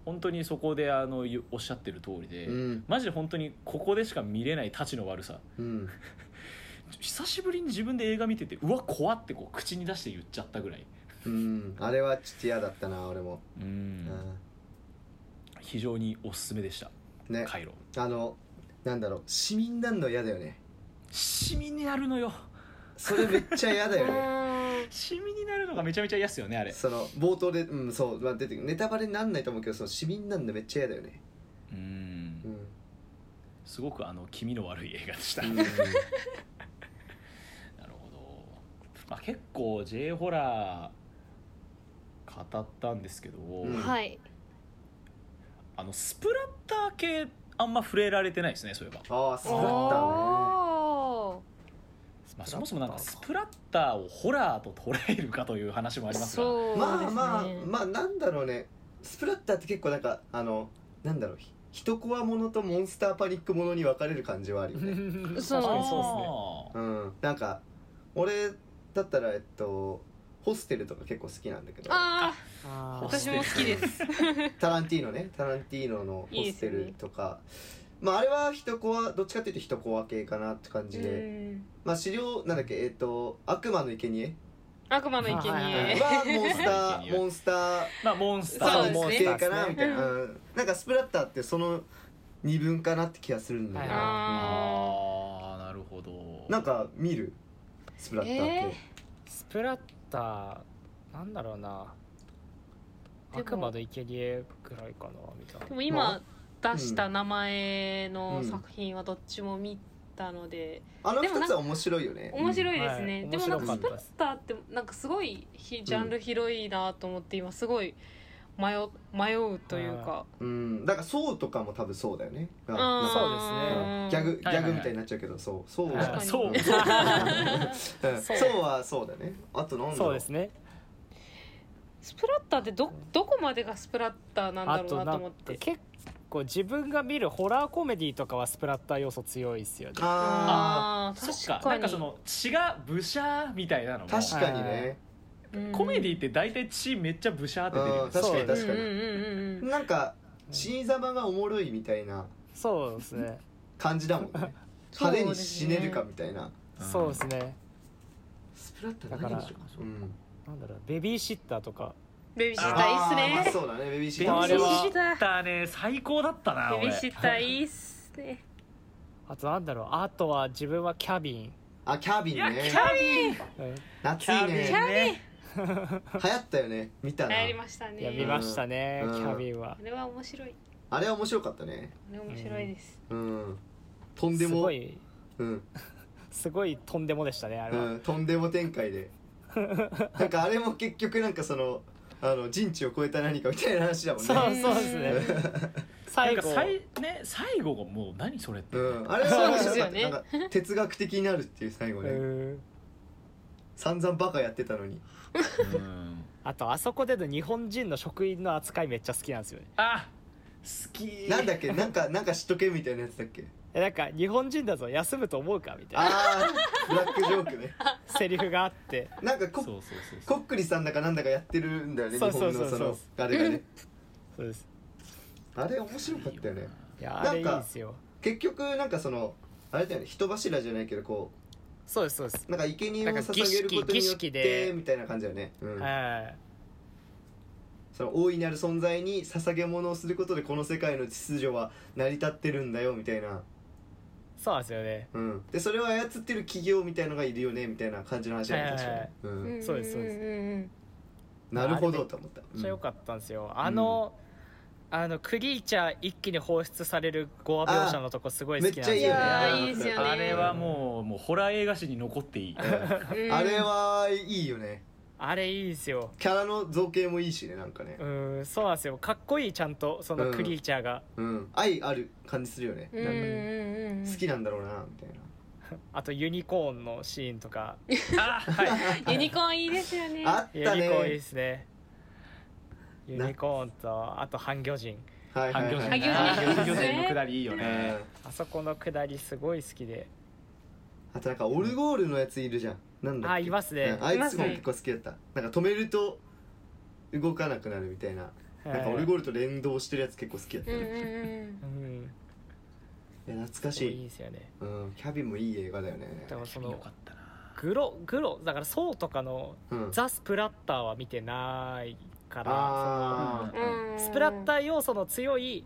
Speaker 1: 本当にそこであのゆおっしゃってる通りで、
Speaker 2: うん
Speaker 1: マジで本当にここでしか見れないたちの悪さ
Speaker 2: うん
Speaker 1: 久しぶりに自分で映画見ててうわ怖ってこう口に出して言っちゃったぐらい。
Speaker 2: うんあれはちょっと嫌だったな俺も
Speaker 1: う
Speaker 2: うんん
Speaker 1: 非常におすすめでした
Speaker 2: ね
Speaker 1: カイロ
Speaker 2: あのなんだろう市民になんの嫌だよね
Speaker 1: シミになるのよ
Speaker 2: それめっちゃ嫌 だよね
Speaker 1: シミになるのがめちゃめちゃ嫌っすよねあれ
Speaker 2: その冒頭でうんそうまあ出てくるネタバレになんないと思うけどその市民なんのめっちゃ嫌だよね
Speaker 1: う
Speaker 2: うん ん
Speaker 1: すごくあの気味の悪い映画でした、
Speaker 2: うん
Speaker 1: なるほど、まあ、結構 J ホラー語ったんですけど、
Speaker 2: ん
Speaker 3: はい
Speaker 1: あのスプラッター系あんま触れられてないですねそういえば、
Speaker 2: ああ
Speaker 3: お
Speaker 2: そうだったね
Speaker 3: お
Speaker 1: まあ、そもそもなんかスプラッターをホラーと捉えるかという話もあ
Speaker 3: ー
Speaker 1: りますが
Speaker 3: そうですね
Speaker 2: まあまあまあなんだろうねスプラッターって結構なんかあのなんだろう一コアものとモンスターパニックものに分かれる感じはあるよね
Speaker 4: 確かにそう
Speaker 3: 嘘
Speaker 4: ですね
Speaker 1: あ
Speaker 2: うんなんか俺だったらえっとホステルとか結構好きなんだけど
Speaker 3: ああ
Speaker 4: あー
Speaker 1: ホス
Speaker 3: 私も好きです
Speaker 2: タランティーノねタランティーノのホステルとかまああれは一コアどっちかっていうと一コア系かなって感じで、
Speaker 3: うん
Speaker 2: まあ資料なんだっけえっと悪魔の生贄
Speaker 3: 悪魔の生
Speaker 4: はい
Speaker 2: は
Speaker 4: え
Speaker 3: 贄
Speaker 2: モンスターモンスター
Speaker 1: ーまあモンスタ
Speaker 3: そう
Speaker 1: ー
Speaker 3: ですね
Speaker 2: モンスター系かな
Speaker 4: うん
Speaker 2: みたいな、うんなんかスプラッターってその二分かなって気がするんだよ
Speaker 4: はい
Speaker 2: な、
Speaker 3: あ
Speaker 1: あーなるほど
Speaker 2: なんか見るスプラッター系、
Speaker 3: えー
Speaker 4: スプラッターなんだろうな
Speaker 3: でも
Speaker 4: 悪魔の生贄ぐらいかなみたいな
Speaker 3: ーでも
Speaker 2: ま
Speaker 3: 今出した名前の作品はどっちも見たので
Speaker 2: あの
Speaker 3: でも
Speaker 2: 二
Speaker 3: なん
Speaker 2: つ
Speaker 3: か
Speaker 2: は面白いよね
Speaker 3: 面白いですね、
Speaker 4: はい
Speaker 3: でもなんか
Speaker 4: 面
Speaker 3: ス
Speaker 4: 白かった
Speaker 3: プラッ
Speaker 4: です
Speaker 3: ターってなんかすごいひジャンル広いなと思って今すごい迷迷うというか、
Speaker 2: うんだからソウとかも多分そうだよねが
Speaker 3: ん
Speaker 2: なんか
Speaker 4: そうですね
Speaker 2: ギャグギ
Speaker 1: はいはい
Speaker 2: ャグみたいになっちゃうけどそうそう
Speaker 4: 確
Speaker 2: は
Speaker 4: か
Speaker 3: に
Speaker 1: そう
Speaker 2: うん
Speaker 4: そう
Speaker 2: そうはそうだねあとなんだ
Speaker 4: そ
Speaker 2: ろ
Speaker 4: う
Speaker 2: う
Speaker 4: ですね
Speaker 3: スプラッターってどどこまでがスプラッターなんだ
Speaker 4: あ
Speaker 3: ろう
Speaker 4: と
Speaker 3: なと
Speaker 4: なん
Speaker 3: 思
Speaker 4: か
Speaker 3: って
Speaker 4: 結構自分が見るホラーコメディとかはスプラッター要素強いですよね
Speaker 2: あ
Speaker 3: あ
Speaker 1: そっ
Speaker 3: ー
Speaker 1: か
Speaker 3: 確かに
Speaker 1: なんかその血がブシャーみたいなのも
Speaker 2: ー確かにね
Speaker 3: うん
Speaker 1: コメディって大体血めっちゃブシャーって出るよ
Speaker 2: うん
Speaker 1: ね
Speaker 2: 確かに
Speaker 4: そう
Speaker 2: 確か
Speaker 3: うんう
Speaker 2: に
Speaker 3: んうんうん
Speaker 2: なんか死に様がおもろいみたいな
Speaker 4: そうですね
Speaker 2: 感じだもんね
Speaker 3: そう
Speaker 2: 派
Speaker 3: です
Speaker 2: 手
Speaker 3: ね
Speaker 2: に死ねるかみたいな
Speaker 4: そうですね
Speaker 2: スプラッタ
Speaker 4: だ
Speaker 2: ー
Speaker 4: か
Speaker 2: 何
Speaker 4: ら
Speaker 2: でしょううん
Speaker 4: なんだろうベビーシッターとか
Speaker 3: ベビーシッタ
Speaker 2: あ
Speaker 3: ーい
Speaker 2: ー
Speaker 3: いっ
Speaker 2: まあ
Speaker 3: すね
Speaker 2: そうだねベビーシ
Speaker 1: ベ
Speaker 2: ッ
Speaker 1: ビ
Speaker 2: ター
Speaker 4: あ
Speaker 1: ー
Speaker 4: れは
Speaker 1: シッターね最高だったな
Speaker 3: ベビ
Speaker 1: 俺
Speaker 3: ーシッターいいっすね
Speaker 4: あとなんだろうあとは自分はキャビン
Speaker 2: あキャビン
Speaker 1: いや
Speaker 2: ね
Speaker 1: キャビン
Speaker 4: うん
Speaker 2: 夏
Speaker 1: キャ
Speaker 2: い
Speaker 1: ビン
Speaker 2: ね
Speaker 1: ね
Speaker 2: 流行ったよね見た
Speaker 3: 流
Speaker 2: な
Speaker 3: 行りましたね
Speaker 4: いや見ましたね
Speaker 2: うん
Speaker 4: キャビンは
Speaker 3: あれは面白い
Speaker 2: あれは面白かったね
Speaker 3: あれは面白いです、
Speaker 2: うんとんですも
Speaker 4: ごい
Speaker 2: うん
Speaker 4: すごいとんでもでしたねあれは、
Speaker 2: うんとんでも展開でなんかあれも結局なんかそのあの人知を超えた何かみたいな話だもんね
Speaker 4: そうそうですね
Speaker 1: な
Speaker 4: 最
Speaker 1: んか
Speaker 4: 後
Speaker 1: さいね最後がもう何それって
Speaker 2: うん、あれは面白かった、
Speaker 3: そうですよね
Speaker 2: なんか哲学的になるっていう最後
Speaker 4: う
Speaker 2: ね、
Speaker 4: ん
Speaker 2: 散々バカやってたのに
Speaker 1: うん
Speaker 4: あとあそこでの日本人の職員の扱いめっちゃ好きなんですよね
Speaker 1: あ好き
Speaker 2: なんだっけなんかなんか知っとけみたいなやつだっけ
Speaker 4: えなんか日本人だぞ休むと思うかみた
Speaker 2: あ
Speaker 4: いな
Speaker 2: あブラックジョークね
Speaker 4: セリフがあって
Speaker 2: なん
Speaker 1: そ
Speaker 2: か
Speaker 1: う
Speaker 2: こ
Speaker 1: そうそう
Speaker 2: こ
Speaker 1: そう
Speaker 2: っくりさんだかなんだかやってるんだよね日
Speaker 4: そう
Speaker 2: 本
Speaker 4: そう
Speaker 2: の
Speaker 4: そうそう
Speaker 2: そのあれがね
Speaker 4: そうです
Speaker 2: あれ面白かったよね
Speaker 4: いやあれいい
Speaker 2: なんか
Speaker 4: ですよ
Speaker 2: 結局なんかそのあれだよね人柱じゃないけどこ
Speaker 4: そうですそうです
Speaker 2: うなんか生贄を捧げることによっ
Speaker 4: なんか儀式儀式で
Speaker 2: てみたいな感じだよね、うん、
Speaker 4: はい
Speaker 2: その大いなる存在に捧げ物をすることでこの世界の秩序は成り立ってるんだよみたいな
Speaker 4: そうなんですよね
Speaker 2: うん、でそれを操ってる企業みたいのがいるよねみたいな感じの話だね
Speaker 4: はいはい
Speaker 2: 確
Speaker 4: は
Speaker 2: か
Speaker 4: い
Speaker 2: ね、う
Speaker 3: うん
Speaker 2: ん
Speaker 3: ん
Speaker 4: そうですそうです
Speaker 3: んんん
Speaker 2: なるほどと思った
Speaker 4: めっちゃ良かったんですよあの、あのクリーチャー一気に放出されるゴア描写のとこすごい好きなん
Speaker 2: あ
Speaker 4: ですよね
Speaker 3: や
Speaker 2: め
Speaker 3: ーい
Speaker 2: っちゃいいよね
Speaker 3: いですよね
Speaker 1: あれはもうもうホラー映画史に残っていい
Speaker 3: うん
Speaker 2: あれはいいよね
Speaker 4: あれいいですよ
Speaker 2: キャラの造形もいいしねなんかね
Speaker 4: うんそうなんですよかっこいいちゃんとそのクリーチャーが、
Speaker 2: うん愛ある感じするよね
Speaker 3: うんうんうんうん
Speaker 2: 好きなんだろうなみたいな
Speaker 4: あとユニコーンのシーンとか
Speaker 1: あはい
Speaker 3: ユニコーンいいですよね
Speaker 2: あっ
Speaker 4: ユニ
Speaker 2: た
Speaker 4: コ
Speaker 2: ね
Speaker 4: ーンいいですねユニコーンとあと半魚人
Speaker 2: はいは
Speaker 1: 反
Speaker 2: い
Speaker 1: 響
Speaker 2: は
Speaker 1: 戦
Speaker 2: い
Speaker 3: 反響線
Speaker 1: 反響線のくだりいいよ
Speaker 2: う
Speaker 1: ね
Speaker 2: ん
Speaker 4: あそこのくだりすごい好きで
Speaker 2: あとなんかオルゴールのやついるじゃんなんだっけ
Speaker 4: あいますね
Speaker 2: うんあ
Speaker 3: いま
Speaker 2: い
Speaker 3: す
Speaker 2: つ
Speaker 3: ね
Speaker 2: も結構好きだったなんか止めると動かなくなるみたいななんかオルゴールと連動してるやつ結構好きだった
Speaker 3: うん
Speaker 2: ね
Speaker 3: うん
Speaker 2: い
Speaker 3: うん
Speaker 4: うん
Speaker 2: や懐かし
Speaker 4: いい
Speaker 2: い
Speaker 4: ですよね
Speaker 2: うんキャビンもいい映画だよね
Speaker 4: でもそ
Speaker 1: よ
Speaker 4: の
Speaker 1: かったな
Speaker 4: グログロだからソウとかの
Speaker 2: うん
Speaker 4: ザ・スプラッターは見てないから
Speaker 2: あ
Speaker 1: うん
Speaker 3: うん
Speaker 4: そのスプラッター要素の強い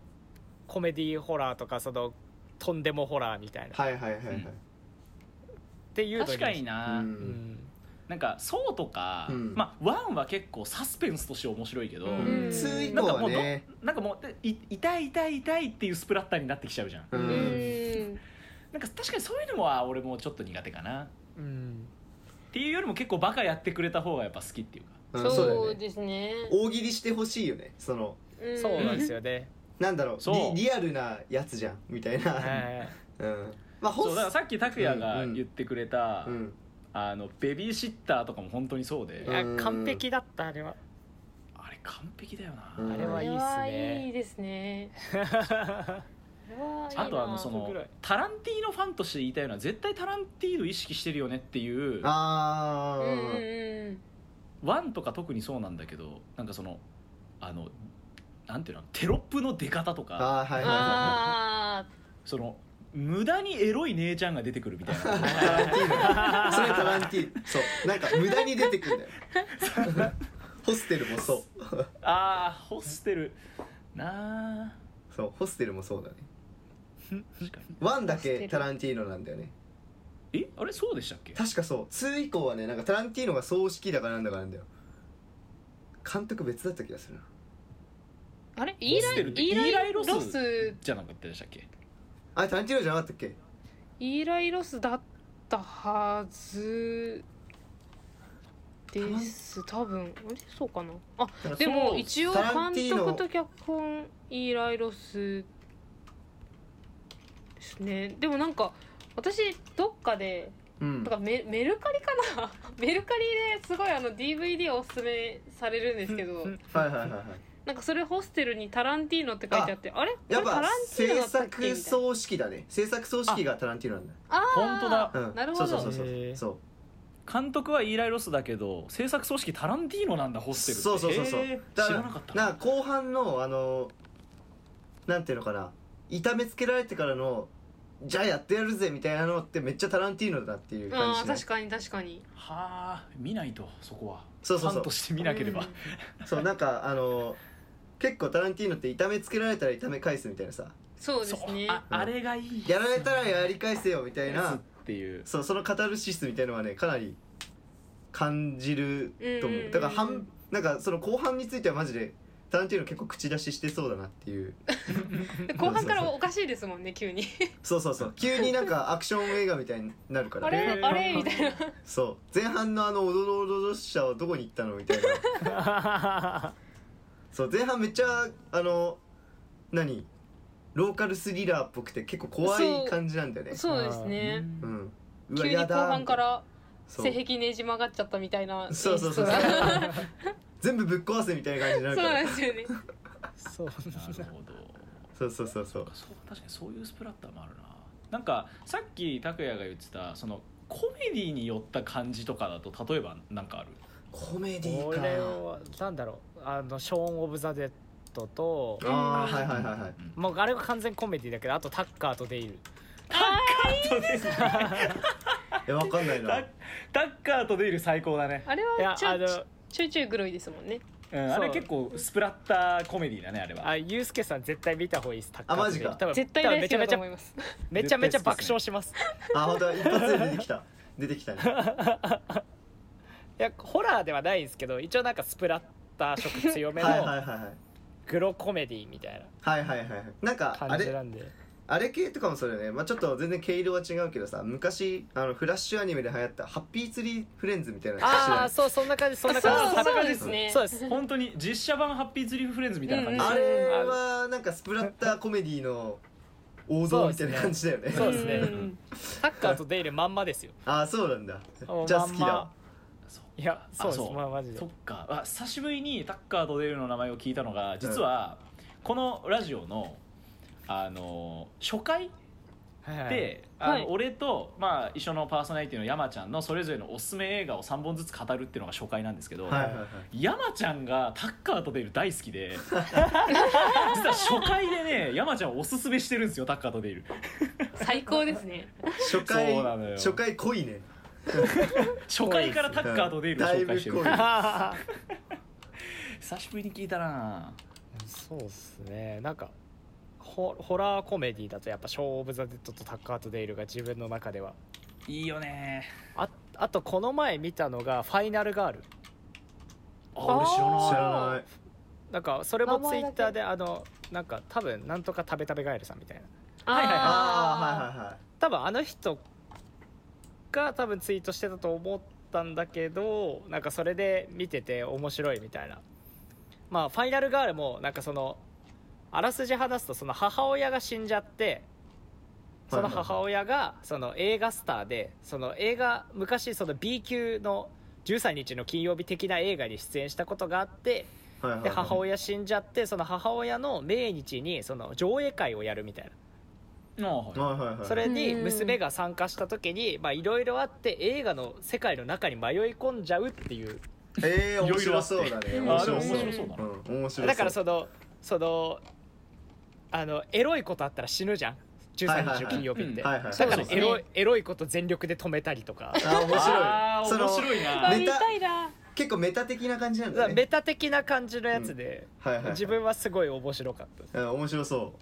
Speaker 4: コメディホラーとかそのとんでもホラーみたいな
Speaker 2: あはいはいはいはい
Speaker 4: っていうの
Speaker 1: 確かに
Speaker 2: う
Speaker 1: な、
Speaker 4: うんん
Speaker 1: なんか「そう」とか、
Speaker 2: うん
Speaker 1: まあ「ワン」は結構サスペンスとして面白いけど、
Speaker 3: うん
Speaker 2: 2以降はね
Speaker 1: なんかもうでい痛い痛い痛いっていうスプラッターになってきちゃうじゃん、
Speaker 2: う
Speaker 3: うんん
Speaker 1: なんか確かにそういうのは俺もちょっと苦手かなっ
Speaker 4: うん
Speaker 1: ていうよりも結構バカやってくれた方がやっぱ好きっていうか
Speaker 2: うんそうだ
Speaker 3: そ
Speaker 2: よ
Speaker 3: う
Speaker 2: ね
Speaker 3: ですね
Speaker 2: 大喜利してほしいよねその
Speaker 3: ん
Speaker 4: そうなんですよね
Speaker 2: なんだろ
Speaker 1: そう
Speaker 2: うリリアルなやつじゃんみたいな
Speaker 4: はい
Speaker 2: うんまあホ
Speaker 1: そうだから
Speaker 2: ス
Speaker 1: さっき拓也が言ってくれた、
Speaker 2: うん
Speaker 1: あのベビーシッターとかも本当にそうで、
Speaker 4: いや完璧だったあれは
Speaker 1: あれ完璧だよな、
Speaker 2: うん
Speaker 4: あれ
Speaker 3: こ
Speaker 4: はい
Speaker 3: れ
Speaker 4: いっす
Speaker 3: はい
Speaker 4: ね
Speaker 3: いですねこれはいいな
Speaker 1: あとはもうそ
Speaker 4: い
Speaker 1: の
Speaker 4: いな
Speaker 1: タランティーノファンとして言いたいのは絶対タランティーノ意識してるよねっていう
Speaker 2: あ
Speaker 3: うんうん
Speaker 2: ー
Speaker 3: うん
Speaker 1: ワンとか特にそうなんだけどなんかそのあのなんていうのテロップの出方とか
Speaker 2: あーはいはいは
Speaker 3: あ
Speaker 1: その無駄にエロい姉ちゃんが出てくるみたいな
Speaker 2: いタランティーノそれタランティーノそうなんか無駄に出てくるんだよ ホステルもそう
Speaker 1: あーホステルなあ
Speaker 2: そうホステルもそうだね
Speaker 1: 確かに
Speaker 2: ワンだ
Speaker 3: ホステ
Speaker 2: け
Speaker 3: ル
Speaker 2: タランティーノなんだよね
Speaker 1: えあれそうでしたっけ
Speaker 2: 確かそう2以降はねなんかタランティーノが葬式だからなんだかなんだよ監督別だった気がするな
Speaker 3: ーあれイ
Speaker 1: ホ
Speaker 3: ー
Speaker 1: ス
Speaker 3: ラ
Speaker 1: テル
Speaker 3: イ
Speaker 1: って
Speaker 3: イー
Speaker 1: イー
Speaker 3: ラ
Speaker 1: ラ
Speaker 3: イ
Speaker 1: イ
Speaker 3: ロ
Speaker 1: ロ
Speaker 3: ス
Speaker 1: スじゃなかったでしたっけ
Speaker 2: あれタランティーノじゃなかったっけ
Speaker 3: イーライロスだったはずです多分あれそうかなあでも一応
Speaker 2: タランテ
Speaker 3: 監
Speaker 2: ィーノ
Speaker 3: 督と脚本イーライロスですねでもなんか私どっかで
Speaker 2: うん
Speaker 3: なんかメメルカリかな メルカリですごいあの DVD をおすすめされるんですけど
Speaker 2: はいはいはいはい
Speaker 3: なんかそれホステルに「タランティーノ」って書いてあってあれこれ
Speaker 2: や
Speaker 3: タ
Speaker 2: っぱ
Speaker 3: ランティ
Speaker 2: 制
Speaker 3: ーノだったっ
Speaker 2: 作
Speaker 3: けみたいな
Speaker 2: 葬式だね制作葬式がタランティーノなんだよ
Speaker 3: あー
Speaker 1: 本当だ
Speaker 2: うん
Speaker 3: なるほど
Speaker 2: そうそうそうそう
Speaker 4: へー
Speaker 2: そう
Speaker 1: 監督はイーライ・ロスだけど制作組織タランティーノなんだホステルって
Speaker 2: そうそうそうそう
Speaker 1: へー
Speaker 2: だ
Speaker 1: 知
Speaker 2: から
Speaker 1: らなかった
Speaker 2: なんか後半のあのなんていうのかな痛めつけられてからのじゃあやってやるぜみたいなのってめっちゃタランティーノだっていう感じ
Speaker 3: あ
Speaker 2: し
Speaker 3: ー
Speaker 2: ない
Speaker 3: 確かに確かに
Speaker 1: はあ見ないとそこは
Speaker 2: そうそうそう
Speaker 1: ファンとして見なければ、
Speaker 3: うん
Speaker 2: そうなんかあの結構タランティーノって痛めつけられたら痛め返すみたいなさ
Speaker 3: そうで
Speaker 1: そ
Speaker 3: すね
Speaker 1: うああれがいい
Speaker 2: やられたらやり返せよみたい
Speaker 1: やつっ
Speaker 2: な
Speaker 1: ていう
Speaker 2: そうそのカタルシスみたいのはねかなり感じると思
Speaker 3: うんうんうん
Speaker 2: うだから半なんかその後半についてはマジでタランティーノ結構口出ししてそうだなっていう
Speaker 3: で後半からおかしいですもんね急に
Speaker 2: そうそうそう急になんかアクション映画みたいになるから
Speaker 3: あれあれみたいな
Speaker 2: そう前半のあのおどろおどろしさはどこに行ったのみたい なそう前半めっちゃあの何ローカルスリラーっぽくて結構怖
Speaker 3: そう
Speaker 2: い感じなんだよね
Speaker 3: そうです
Speaker 1: うん
Speaker 3: ね
Speaker 2: うんう
Speaker 3: 急に後半から
Speaker 2: そう
Speaker 3: 性癖ねじ曲がっちゃったみたいな
Speaker 2: そうそうそう
Speaker 3: 演出が
Speaker 2: 全部ぶっ壊せみたいな感じにな
Speaker 3: そう
Speaker 2: るから
Speaker 3: なんですよね
Speaker 4: そう
Speaker 1: なるほど
Speaker 2: そうそうそうそう
Speaker 1: そう確かにそういうスプラッターもあるななんかさっき拓也が言ってたそのコメディに寄った感じとかだと例えばなんかある
Speaker 2: コメディ
Speaker 4: こ
Speaker 2: か
Speaker 4: れはなんだろうあのショーン・オブ・ザ・デッドと
Speaker 2: あーはいはいはいはい
Speaker 1: うん
Speaker 4: もうあれが完全コメディだけどあとタッカーとデイル
Speaker 2: えわかんないな
Speaker 1: タタッカーとデイル最高だね、
Speaker 3: あれ
Speaker 4: いや
Speaker 3: はち
Speaker 4: あ
Speaker 3: ょ
Speaker 4: の
Speaker 3: ちょいちょいグロいですもんね
Speaker 1: うん、あれ
Speaker 4: そう
Speaker 1: 結構スプラッターコメディだねあれは
Speaker 4: あユースケさん絶対見た方がいいですタッカー
Speaker 2: あマジか
Speaker 4: とデイル多分
Speaker 3: 絶対
Speaker 4: 多分
Speaker 3: 大好
Speaker 4: めちゃ
Speaker 3: きだ
Speaker 4: めち
Speaker 3: と
Speaker 4: ゃ
Speaker 3: 思います
Speaker 4: めちゃめちゃ爆笑します
Speaker 2: あ本当だ一発で出てきた出てきたね
Speaker 4: いやホラーではないんですけど一応なんかスプラッター色強めの
Speaker 2: はいはいはいはい
Speaker 4: グロコメディみたい
Speaker 2: はいはいはいはいなん
Speaker 4: な
Speaker 2: かあ
Speaker 4: 感じ
Speaker 2: れ
Speaker 4: なんで
Speaker 2: あれ系とかもそれね、まあ、ちょっと全然毛色は違うけどさ昔あのフラッシュアニメで流行った「ハッピーツリーフレンズ」みたいなの知ら
Speaker 4: あ
Speaker 2: な
Speaker 4: あ
Speaker 2: い
Speaker 4: そうそんな感じそんな
Speaker 3: そ
Speaker 4: 感じ
Speaker 3: うそう
Speaker 4: そんな感じ
Speaker 3: ですね
Speaker 4: そうです
Speaker 1: 本当に実写版ハッピーズリーフレンズみたいな感じ、
Speaker 3: うんうん
Speaker 2: あれはなんかスプラッターコメディの王道みたいな感じだよね
Speaker 4: そうですね
Speaker 3: うん
Speaker 4: タッカーとデイルまんまですよ
Speaker 2: ああそうなんだ
Speaker 4: お
Speaker 2: じゃあ好きだわ
Speaker 1: そっか
Speaker 4: いやそうです
Speaker 1: あそう
Speaker 4: まあマジで
Speaker 1: そっかあ久しぶりにタッカーとデールの名前を聞いたのが実はこのラジオのあの初回
Speaker 4: はいはい
Speaker 1: で、あ
Speaker 3: はい
Speaker 1: の俺と、まあ、一緒のパーソナリティの山ちゃんのそれぞれのおすすめ映画を3本ずつ語るっていうのが初回なんですけど、
Speaker 2: はいはいはい
Speaker 1: 山ちゃんがタッカーとデール大好き で実は初回でね山ちゃんをおすすめしてるんですよタッカーとデール
Speaker 3: 最高ですね
Speaker 2: 初回
Speaker 1: そうなのよ
Speaker 2: 初回濃いね
Speaker 1: 初回からタッカーとデールを紹介してる
Speaker 2: だいぶ濃い
Speaker 1: 久しぶりに聞いたな
Speaker 4: そうですねなんかホホラーコメディだとやっぱ「ショー・オブ・ザ・デッド」と「タッカーとデイル」が自分の中ではい
Speaker 1: いよね
Speaker 4: ああとこの前見たのが「ファイナル・ガール
Speaker 1: あ俺知ら
Speaker 3: あー
Speaker 1: ない
Speaker 2: 知らない」
Speaker 4: なんかそれも
Speaker 3: 名
Speaker 4: ツイ
Speaker 3: 前
Speaker 4: ッ
Speaker 3: だけ
Speaker 4: ターであのなんか多分なんとか食べ食べガエルさんみたいな
Speaker 1: はいはい
Speaker 2: ああはいはいはい
Speaker 4: 多分あの人が多分ツイートしてたと思ったんだけどなんかそれで見てて面白いみたいなまあファイナルガールもなんかそのあらすじ話すとその母親が死んじゃってその母親がその映画スターでその映画昔その B 級の13日の金曜日的な映画に出演したことがあって
Speaker 2: はいはいはい
Speaker 4: で母親死んじゃってその母親の命日にその上映会をやるみたいな
Speaker 1: ああはい
Speaker 2: はいはいはい
Speaker 4: それに
Speaker 3: うん
Speaker 4: 娘が参加した時にまあいろいろあって映画の世界の中に迷い込んじゃうっていう
Speaker 2: ええ
Speaker 1: い
Speaker 2: 面
Speaker 1: ろいろあ
Speaker 2: 白
Speaker 1: って
Speaker 2: そうだね
Speaker 3: うん
Speaker 2: 面
Speaker 1: あでも
Speaker 2: 白
Speaker 1: 面
Speaker 2: そ
Speaker 1: 白
Speaker 2: う
Speaker 1: そうだな、
Speaker 2: うん面白そう
Speaker 4: だからそのそのあのエロいことあったら死ぬじゃん
Speaker 2: はいはい
Speaker 4: 13日
Speaker 2: は
Speaker 4: の
Speaker 2: い
Speaker 4: 金曜日って、
Speaker 2: はいはい
Speaker 4: だか
Speaker 1: そう
Speaker 4: ら
Speaker 1: ですね
Speaker 4: エロいエロいこと全力で止めたりとか
Speaker 2: あ面
Speaker 1: ああ
Speaker 2: 白いそ
Speaker 1: 面
Speaker 2: の
Speaker 1: 白い
Speaker 3: あ
Speaker 1: な
Speaker 2: ね
Speaker 3: 見たいな
Speaker 2: 結構メタ的な感じなん
Speaker 4: だか
Speaker 2: だ
Speaker 4: ら
Speaker 2: ね
Speaker 4: メタ的な感じのやつで、
Speaker 2: はいはいはい
Speaker 4: 自分はすごい面白かったです
Speaker 2: うん面白そ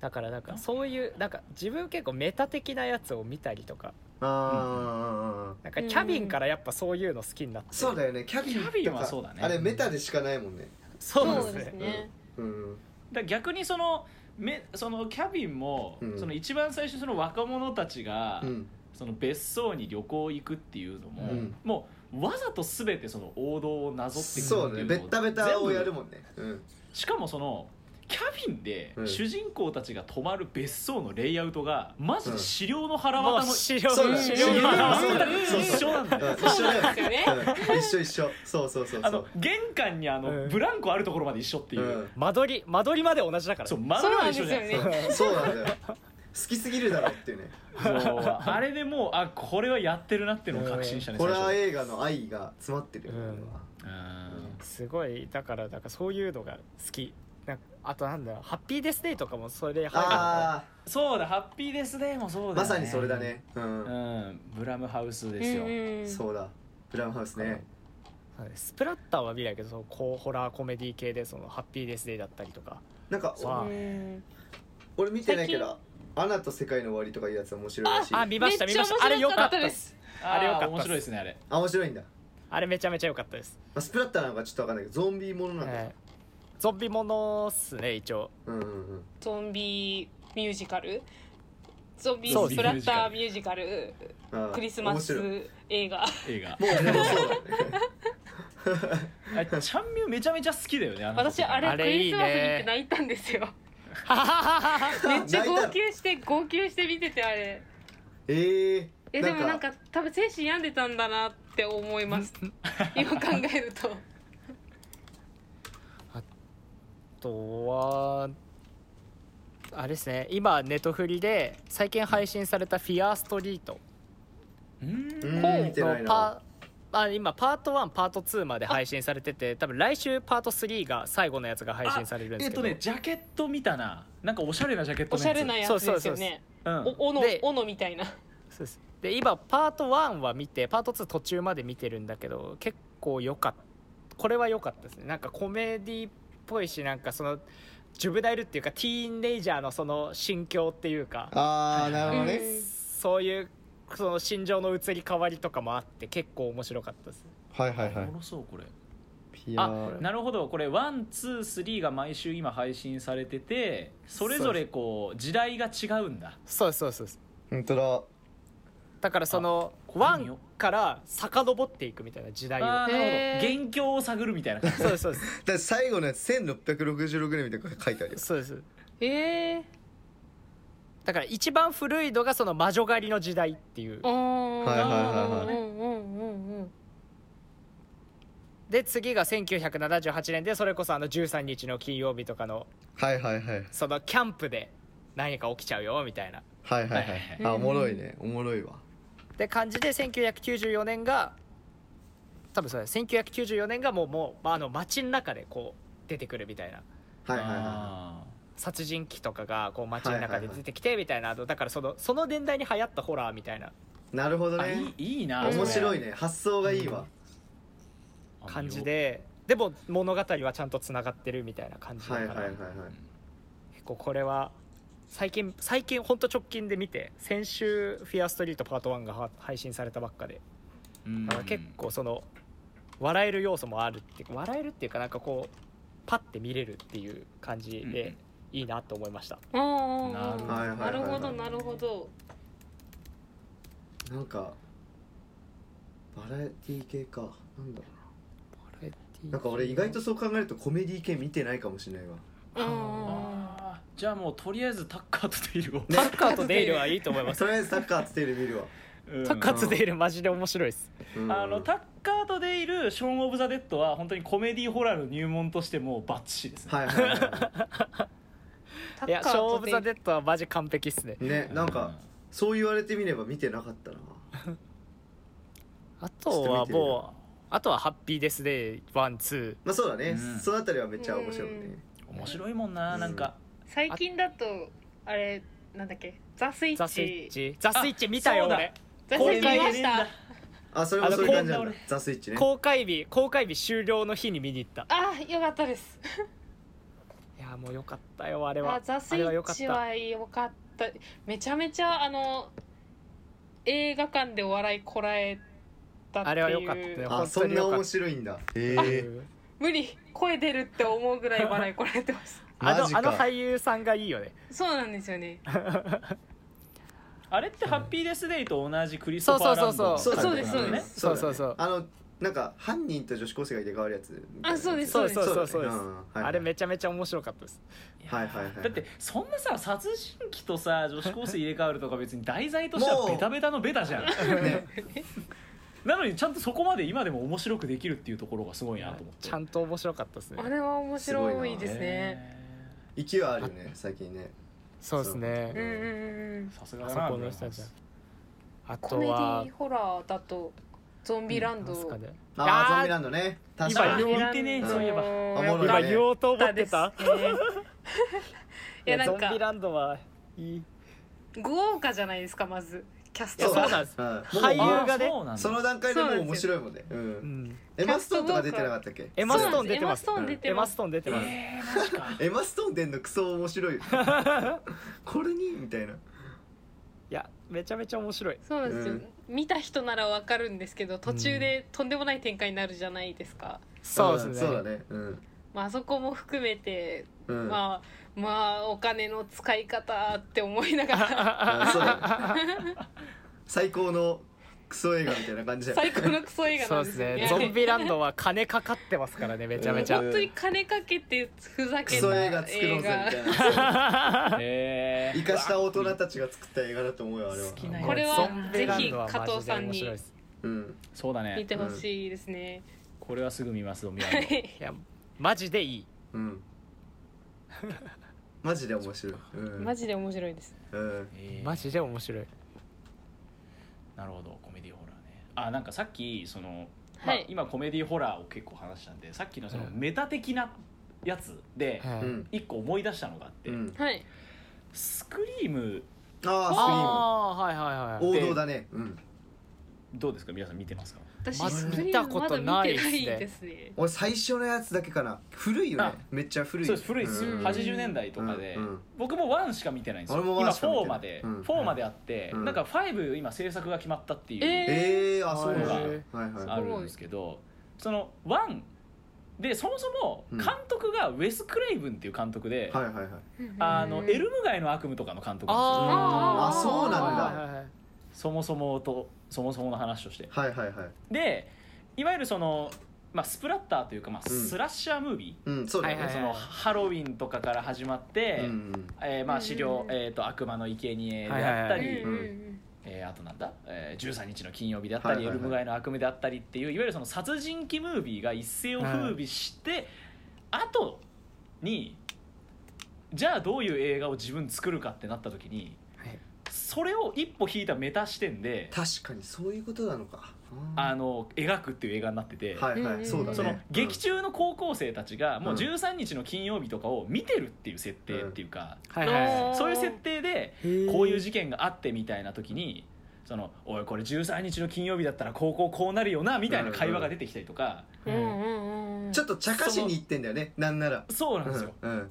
Speaker 4: だからなんかそういうなんか自分結構メタ的なやつを見たりとか
Speaker 2: うああ
Speaker 4: なんかキャビンからやっぱそういうの好きになって、
Speaker 2: そうだよねキャビンとか
Speaker 1: キャビンはそうだね
Speaker 2: あれメタでしかないもんね
Speaker 4: そうで
Speaker 3: そう
Speaker 4: すね
Speaker 3: ですね
Speaker 2: うん
Speaker 1: だ逆にそのめそのキャビンも、
Speaker 2: うん
Speaker 1: その一番最初その若者たちが、
Speaker 2: うん
Speaker 1: その別荘に旅行行くっていうのも、
Speaker 2: うん
Speaker 1: もうわざと全てその王道をなぞっていくってい
Speaker 2: そうだねベッタベタをやる
Speaker 1: ん
Speaker 2: もんねうん
Speaker 1: しかもそのキャビンで
Speaker 2: うん
Speaker 1: 主人公たちが泊まる別荘のレイアウトがマジで資料の腹
Speaker 4: もう
Speaker 1: 渡の
Speaker 4: 資料
Speaker 2: そうだね
Speaker 4: 資
Speaker 1: 資
Speaker 4: 料
Speaker 1: 料の
Speaker 4: の
Speaker 1: 腹
Speaker 2: そう
Speaker 1: 渡
Speaker 2: だ
Speaker 1: の
Speaker 2: ねそう
Speaker 1: 一緒なんだよ
Speaker 2: うん一緒だよ
Speaker 3: そうなんです
Speaker 2: うん一緒一緒そうそうそう
Speaker 1: あ
Speaker 2: そ
Speaker 1: の
Speaker 2: う
Speaker 1: 玄関にあ
Speaker 4: う
Speaker 1: の
Speaker 4: ん
Speaker 1: ブランコあるところまで一緒っていう、
Speaker 2: うん
Speaker 4: 間取り間取りまで同じだから
Speaker 1: そう
Speaker 4: ね、
Speaker 1: 丸は一緒じゃん
Speaker 3: そうなん
Speaker 2: そうなんだよ好きすぎるだろっていうね
Speaker 1: そうあれでもうあこれはやってるなっていうのを確信したね
Speaker 2: ホ
Speaker 1: 最
Speaker 2: ラー
Speaker 1: 初
Speaker 2: 映画の愛が詰まってるよね
Speaker 4: うん
Speaker 2: あれは
Speaker 1: うん
Speaker 4: すごいだからなんかそういうのが好きなんかあとなんだろうハッピーデスデイとかもそれ
Speaker 2: あ
Speaker 1: そうだハッピーデスデーもそう
Speaker 2: あ
Speaker 1: だよ
Speaker 2: ま
Speaker 1: ね
Speaker 2: さにそれだねう
Speaker 1: うんんブラムハウス
Speaker 3: う
Speaker 1: ですよ、
Speaker 3: んうん
Speaker 2: そうだブラウンハウスね
Speaker 4: はいスプラッターは見ないけどそのこうホラーコメディ系でそのハッピーデスデイだったりとか
Speaker 2: なんか
Speaker 4: そう
Speaker 3: う
Speaker 4: ね
Speaker 3: ん
Speaker 2: 俺見てないけど「アナと世界の終わり」とかいうやつ面白いらしい
Speaker 4: あ見ました
Speaker 3: め
Speaker 4: 見
Speaker 3: っちゃ
Speaker 4: ましたあれ良
Speaker 3: 面白か
Speaker 4: か
Speaker 3: っ
Speaker 4: ったた
Speaker 3: で
Speaker 4: です
Speaker 3: す
Speaker 1: あれ
Speaker 4: あれ
Speaker 1: よ
Speaker 4: 良
Speaker 1: かっ
Speaker 4: かったた
Speaker 1: 面白いですねあれ
Speaker 2: あ面白いんだ、ま
Speaker 4: あれめちゃめちゃ良かったです、
Speaker 2: あ、スプラッターなんかちょっとわかんないけどゾンビものなんだ、
Speaker 4: はいゾンビものっすね一応
Speaker 2: うんうんうん
Speaker 3: ゾンビミュージカルゾンビ
Speaker 4: そう
Speaker 3: スプラッターミュージカル
Speaker 2: ああ
Speaker 3: クリスマ
Speaker 2: 面 白い
Speaker 3: ス映画
Speaker 1: 映画
Speaker 2: もうでもそうだね
Speaker 1: あれちゃんみゅうめちゃめちゃ好きだよねあの
Speaker 3: 私あ
Speaker 4: あ
Speaker 3: れク
Speaker 4: れい
Speaker 3: リ
Speaker 4: いね
Speaker 3: スマスに行って泣いたんですよめっちゃ
Speaker 2: 泣い
Speaker 3: 号
Speaker 2: たの
Speaker 3: 泣して号泣して見ててあれ
Speaker 2: ええ
Speaker 3: えでもなんか多分精神病んでたんだなって思います 今考えると
Speaker 4: あとはあれですね今ネトフリで最近配信された「フィアーストリート
Speaker 1: う
Speaker 2: うんん見てない
Speaker 4: の
Speaker 2: な
Speaker 4: パあ今パート1パート2まで配信されてて多分来週パート3が最後のやつが配信されるんで
Speaker 1: え
Speaker 4: す
Speaker 1: っ
Speaker 4: け
Speaker 1: と
Speaker 4: ど、
Speaker 1: ねジャケット見たななんかおしゃれなジャケット
Speaker 3: お
Speaker 1: の
Speaker 3: しゃれなや
Speaker 4: そ
Speaker 3: つ
Speaker 4: うそう
Speaker 3: です
Speaker 4: そう
Speaker 3: よね
Speaker 1: うん
Speaker 3: おの
Speaker 4: で
Speaker 3: 斧みたいな
Speaker 4: そうですで今パート1は見てパート2途中まで見てるんだけど結構良かったこれは良かったですねなんかコメディっぽいしなんかそのジュブダイルっていうかティーンレイジャーのその心境っていうか
Speaker 2: ああなるほどね、
Speaker 3: うん
Speaker 4: そういうその心情の移り変わりとかもあって結構面白かったです
Speaker 2: はいはいは
Speaker 1: お
Speaker 2: い
Speaker 1: もろそうこれ
Speaker 2: ピ
Speaker 1: あ
Speaker 2: ー
Speaker 1: なるほどこれワンツースリーが毎週今配信されててそれぞれこう時代が違うんだ
Speaker 4: そうですそうですそうです
Speaker 2: 本当だ
Speaker 4: だからその
Speaker 1: あいいよ
Speaker 4: 1から遡っていくみたいな時代を
Speaker 1: あーな
Speaker 3: へ
Speaker 1: る
Speaker 3: ー
Speaker 1: ほど元凶を探るみたいな感じ
Speaker 4: そうですそうです
Speaker 2: だって最後のやつ1666年みたいなの書いてあるよ
Speaker 4: そうです
Speaker 3: ええ
Speaker 4: だから一番古いのがその魔女狩りの時代っていう
Speaker 3: ー、あ
Speaker 2: はいはいはいはい
Speaker 3: うんうんうんうん
Speaker 4: で次が1978年でそれこそあの13日の金曜日とかの
Speaker 2: はいはいはい
Speaker 4: そのキャンプで何か起きちゃうよみたいな
Speaker 2: はいはい
Speaker 1: はいは
Speaker 2: はいいあおもろいねおもろいわ
Speaker 4: で感じで1994年が多分そうだ1994年がもうもう、まあ、あの街の中でこう出てくるみたいな
Speaker 2: はいはいは
Speaker 1: あ
Speaker 4: 殺人鬼とかがこう街の
Speaker 2: はいは
Speaker 4: 中
Speaker 2: い
Speaker 4: で
Speaker 2: はい
Speaker 4: 出てきてみたいな、だからそのその年代に流行ったホラーみたいな
Speaker 2: ーなるほど
Speaker 1: ーあ
Speaker 2: ね
Speaker 1: いいいいな
Speaker 2: 面白い
Speaker 1: ね
Speaker 2: ね発想がいいわ、
Speaker 4: 感じででも物語はちゃんとつながってるみたいな感じだ
Speaker 2: は
Speaker 4: か
Speaker 2: い
Speaker 4: ら、
Speaker 2: はいはいはい
Speaker 4: 結構これは最近最近ほんと直近で見て先週「フィアストリートパート1がは配信されたばっかで
Speaker 1: うん
Speaker 4: だから結構その笑える要素もあるっていうか笑えるっていうかなんかこうパッて見れるっていう感じでいいなと思いました、
Speaker 3: あ
Speaker 1: なるほど
Speaker 2: はいはい
Speaker 3: あ
Speaker 2: は
Speaker 3: ないる
Speaker 2: はい
Speaker 3: ほどなるほど
Speaker 2: なんかバラエティー系かなんだろうなんか俺意外とそう考えるとコメディー系見てないかもしれないわ
Speaker 3: あ
Speaker 1: あーじゃあもうとりあえずタッカーとデイルを、
Speaker 4: タッカーとデイルはいいと思います
Speaker 2: とりあえずサッカーつってる見るわ、
Speaker 1: うん
Speaker 4: タッカーとデイルマジで面白いです
Speaker 2: うん
Speaker 1: あのタッカートでいる「ショーン・オブ・ザ・デッド」は本当にコメディホラーの入門としてもうバッチリですね、
Speaker 2: はいはいは
Speaker 3: タ
Speaker 4: いや
Speaker 3: ッ
Speaker 4: 「ショ
Speaker 3: カ
Speaker 4: ー・オ
Speaker 3: ーと
Speaker 4: ブ・ザ・
Speaker 3: て
Speaker 4: デッド」はマジ完璧っすね
Speaker 2: いねなんかそう言われてみれば見てなかったな
Speaker 4: あとは
Speaker 2: ちょっと
Speaker 4: もうあとは「ハッピーデス・デイ」ワンツ
Speaker 2: まあそうだね、
Speaker 1: うん
Speaker 2: そのあたりはめっちゃ面白いね
Speaker 1: うん面白いもんななんか、
Speaker 3: 最近だとあれなんだっけザス
Speaker 4: ー
Speaker 3: イ
Speaker 4: 「
Speaker 3: ッ
Speaker 4: ザ・スイッ
Speaker 3: チ
Speaker 4: チ」「ザ・スイッチ」見た
Speaker 1: あ
Speaker 4: よ
Speaker 1: そうだ
Speaker 4: 俺
Speaker 3: ザス
Speaker 1: こ
Speaker 3: イッ
Speaker 1: れ
Speaker 3: チ見
Speaker 1: 見れ
Speaker 3: ま
Speaker 1: ねえ
Speaker 3: し
Speaker 1: んだ
Speaker 3: た
Speaker 2: あそれもそういう感じなん
Speaker 1: あの
Speaker 2: だ
Speaker 1: こんな
Speaker 2: ザ・スイッチね
Speaker 4: 公開日公開日終了の日に見に行った
Speaker 3: あよかったです
Speaker 4: いやもうよかったよあれは
Speaker 3: あザス
Speaker 4: あ
Speaker 3: イ
Speaker 4: れはよか
Speaker 3: ッ
Speaker 4: っ
Speaker 3: チ
Speaker 4: た
Speaker 3: はよかっためちゃめちゃあの映画館でお笑いこらえたっていう
Speaker 4: あれは良かったよ
Speaker 2: あそんな面白いんだへ
Speaker 4: うん
Speaker 3: 無理声出るって思うぐらい笑いこらえ てます
Speaker 4: あの
Speaker 2: マジか
Speaker 4: あの俳優さんがいいよね
Speaker 3: そうなんですよね
Speaker 1: あれって「ハッピーデス・デイ」と同じクリストファー・ランドの
Speaker 4: そう
Speaker 2: そうそうそう
Speaker 1: 監督
Speaker 3: そう
Speaker 1: な
Speaker 3: で
Speaker 1: ん
Speaker 3: す
Speaker 1: だ
Speaker 3: そうで
Speaker 4: そうそうそう
Speaker 2: あのなんか犯人と女子高生が入れ替わるやつみたいな
Speaker 3: あそうです
Speaker 4: そうですそうですそう
Speaker 2: だ
Speaker 4: で
Speaker 2: よ
Speaker 4: す
Speaker 2: ねうんはいはい
Speaker 4: あれめちゃめちゃ面白かったです
Speaker 2: はいはいはい
Speaker 1: だってそんなさ殺人鬼とさ女子高生入れ替わるとか別に題材としてはベタベタのベタじゃん
Speaker 2: ね
Speaker 1: なのにちゃんとそこまで今でも面白くできるっていうところがすごいなと思って
Speaker 4: ちゃんと面白かったですね
Speaker 3: あれは面白いですね
Speaker 1: へ
Speaker 2: 勢いあるよね最近ね
Speaker 4: そうですね
Speaker 3: うんうんうんうん
Speaker 1: ーさす
Speaker 4: あ
Speaker 1: がだ
Speaker 4: そ
Speaker 1: な
Speaker 4: この人たちはあ
Speaker 3: コ
Speaker 4: と
Speaker 3: メデ
Speaker 4: は
Speaker 3: ィホラーだとゾンビランド、
Speaker 4: 確かね
Speaker 2: ああ
Speaker 4: あー
Speaker 2: ゾンビランドね確
Speaker 1: 今
Speaker 2: か
Speaker 1: よ
Speaker 2: に
Speaker 1: 見てねえそういえば
Speaker 2: おもろい
Speaker 4: 今
Speaker 2: ね
Speaker 4: 言おうと思
Speaker 3: た
Speaker 4: って
Speaker 3: です
Speaker 4: た
Speaker 3: ねいやなん
Speaker 4: ゾンビ
Speaker 3: か
Speaker 4: ランドはいい
Speaker 3: 豪華じゃないですかまずキャス
Speaker 4: いや
Speaker 3: ト
Speaker 4: そう
Speaker 3: が
Speaker 4: なんです
Speaker 2: うん
Speaker 4: 俳
Speaker 2: もう
Speaker 4: 優がね
Speaker 1: あそうなんだ
Speaker 2: その段階でもう面白いもんねう
Speaker 4: うんん
Speaker 2: エマストーンとか出てなかったっけ
Speaker 4: エマストーン出てます
Speaker 3: そうなんですエ
Speaker 4: エ
Speaker 3: マ
Speaker 4: マ
Speaker 3: ス
Speaker 4: ス
Speaker 3: ト
Speaker 4: トーン出てます
Speaker 1: えーマジか
Speaker 2: エマストーン出んのクソ面白い これにみたいない
Speaker 4: やめちゃめちゃ面白い
Speaker 3: そうなんですよ、
Speaker 2: うん
Speaker 3: 見た人ならわかるんですけど途中でとんでもない展開になるじゃないですか、
Speaker 4: そうですね
Speaker 2: んそうだねうん
Speaker 3: まああそこも含めて、
Speaker 2: うん
Speaker 3: まあまあお金の使い方って思いながら
Speaker 2: あそうだ ね最高のクソ映画みたいな感じだよ
Speaker 3: 最高のクソ映画
Speaker 4: そ
Speaker 3: なん
Speaker 4: うで
Speaker 3: で
Speaker 4: すす
Speaker 3: よ
Speaker 4: ね
Speaker 3: ね
Speaker 4: ゾンビランドは金かかってますからねめちゃめちゃ
Speaker 2: うん
Speaker 3: 本当に金かけてふざ
Speaker 2: ク
Speaker 3: け
Speaker 2: ソ
Speaker 3: た
Speaker 2: 映画作ろうぜみたいな
Speaker 1: え
Speaker 2: 生かした大人たちが作った映画だと思うよあれは
Speaker 1: 好きな
Speaker 3: これは
Speaker 4: ゾンビランドは
Speaker 3: ぜひ加藤さんに
Speaker 4: マジで面白いです
Speaker 2: うん
Speaker 1: そうだ
Speaker 3: 見
Speaker 1: ね
Speaker 3: てほしいですね、
Speaker 1: これはすぐ見ますお見合
Speaker 3: はいい
Speaker 4: いやマジでいい
Speaker 2: うんマジで面白いうん
Speaker 3: マジで面白いです
Speaker 2: うん
Speaker 4: マジで面白い
Speaker 1: なるほどコメディホラーねあなんかさっきその、ま
Speaker 3: は
Speaker 1: あ
Speaker 3: い、
Speaker 1: 今コメディホラーを結構話したんでさっきのその
Speaker 4: うん
Speaker 1: メタ的なやつで
Speaker 2: うん
Speaker 1: 一個思い出したのがあって、
Speaker 2: うん
Speaker 3: はい
Speaker 1: スクリーム
Speaker 2: あ
Speaker 4: ああはいは
Speaker 2: あ
Speaker 4: い
Speaker 2: ス
Speaker 4: は
Speaker 2: クリー
Speaker 4: い
Speaker 2: ム王道だねうん
Speaker 1: どうですか皆さん見てますか
Speaker 3: 私
Speaker 4: ま
Speaker 3: ス
Speaker 4: ず
Speaker 3: クリ
Speaker 4: 見
Speaker 3: ー
Speaker 4: た
Speaker 3: ン
Speaker 4: こ
Speaker 3: まだ
Speaker 4: と
Speaker 3: 見てな
Speaker 4: ないいっすね
Speaker 3: ですね
Speaker 2: 俺最初のやつだけかな古いよ
Speaker 1: あ
Speaker 2: ねめっちゃ古い
Speaker 1: そうです古いですよ、
Speaker 2: うん
Speaker 1: 80年代とかで、
Speaker 2: うんうん
Speaker 1: 僕も1しか見てないんですよ
Speaker 2: 俺も
Speaker 1: 今
Speaker 2: 1しか見てな
Speaker 1: 4
Speaker 2: い
Speaker 1: まで、
Speaker 2: うん
Speaker 1: 4まであって、
Speaker 2: うん
Speaker 1: なんか5今制作が決まったっていう、
Speaker 2: え
Speaker 3: え
Speaker 2: えあそうなんだはい
Speaker 4: へ
Speaker 2: は
Speaker 1: あるんですけどその1でそもそも監督がウェス・クレイブンっていう監督で、
Speaker 2: いはいはいはい
Speaker 1: あのエルム街の悪夢とかの監督なんですよ
Speaker 4: あ
Speaker 2: あそうなんだ
Speaker 4: だ
Speaker 1: そもそもとそもそもの話として
Speaker 2: はいはいはい
Speaker 1: でいわゆるその、まあ、スプラッターというか、まあ、
Speaker 2: うん
Speaker 1: スラッシャームービ
Speaker 2: うんそうだ
Speaker 1: ー、
Speaker 4: はい
Speaker 2: ね
Speaker 1: そのハロウィンとかから始まって、
Speaker 2: うん
Speaker 1: えーまあ、
Speaker 3: うん
Speaker 1: 資料、えー、と悪魔の生贄であったり、
Speaker 4: はい
Speaker 2: はいうん
Speaker 1: えーあとなんだ、えー、13日の金曜日であったり、
Speaker 2: はいはいはい
Speaker 1: エルム街の悪夢であったりっていういわゆるその殺人鬼ムービーが一世を風靡して、後にじゃあどういう映画を自分作るかってなった時に
Speaker 4: はい
Speaker 1: それを一歩引いたメタ視点で
Speaker 2: 確かにそういうことなのか
Speaker 1: あ
Speaker 2: の
Speaker 1: の描くっていう映画になってて。
Speaker 2: はいはいそうだね
Speaker 1: その
Speaker 2: うん
Speaker 1: 劇中の高校生たちがもううん13日の金曜日とかを見てるっていう設定っていうか、
Speaker 4: はいは
Speaker 3: うん
Speaker 1: そういう設定で
Speaker 4: い
Speaker 1: こういう事件があってみたいな時に「そのおいこれ13日の金曜日だったら高校こうなるよな」みたいな会話が出てきたりとか、
Speaker 3: うんうんうん
Speaker 2: ちょっと茶化しに行ってんだよねなんなら
Speaker 1: そうなんですよ、
Speaker 2: うん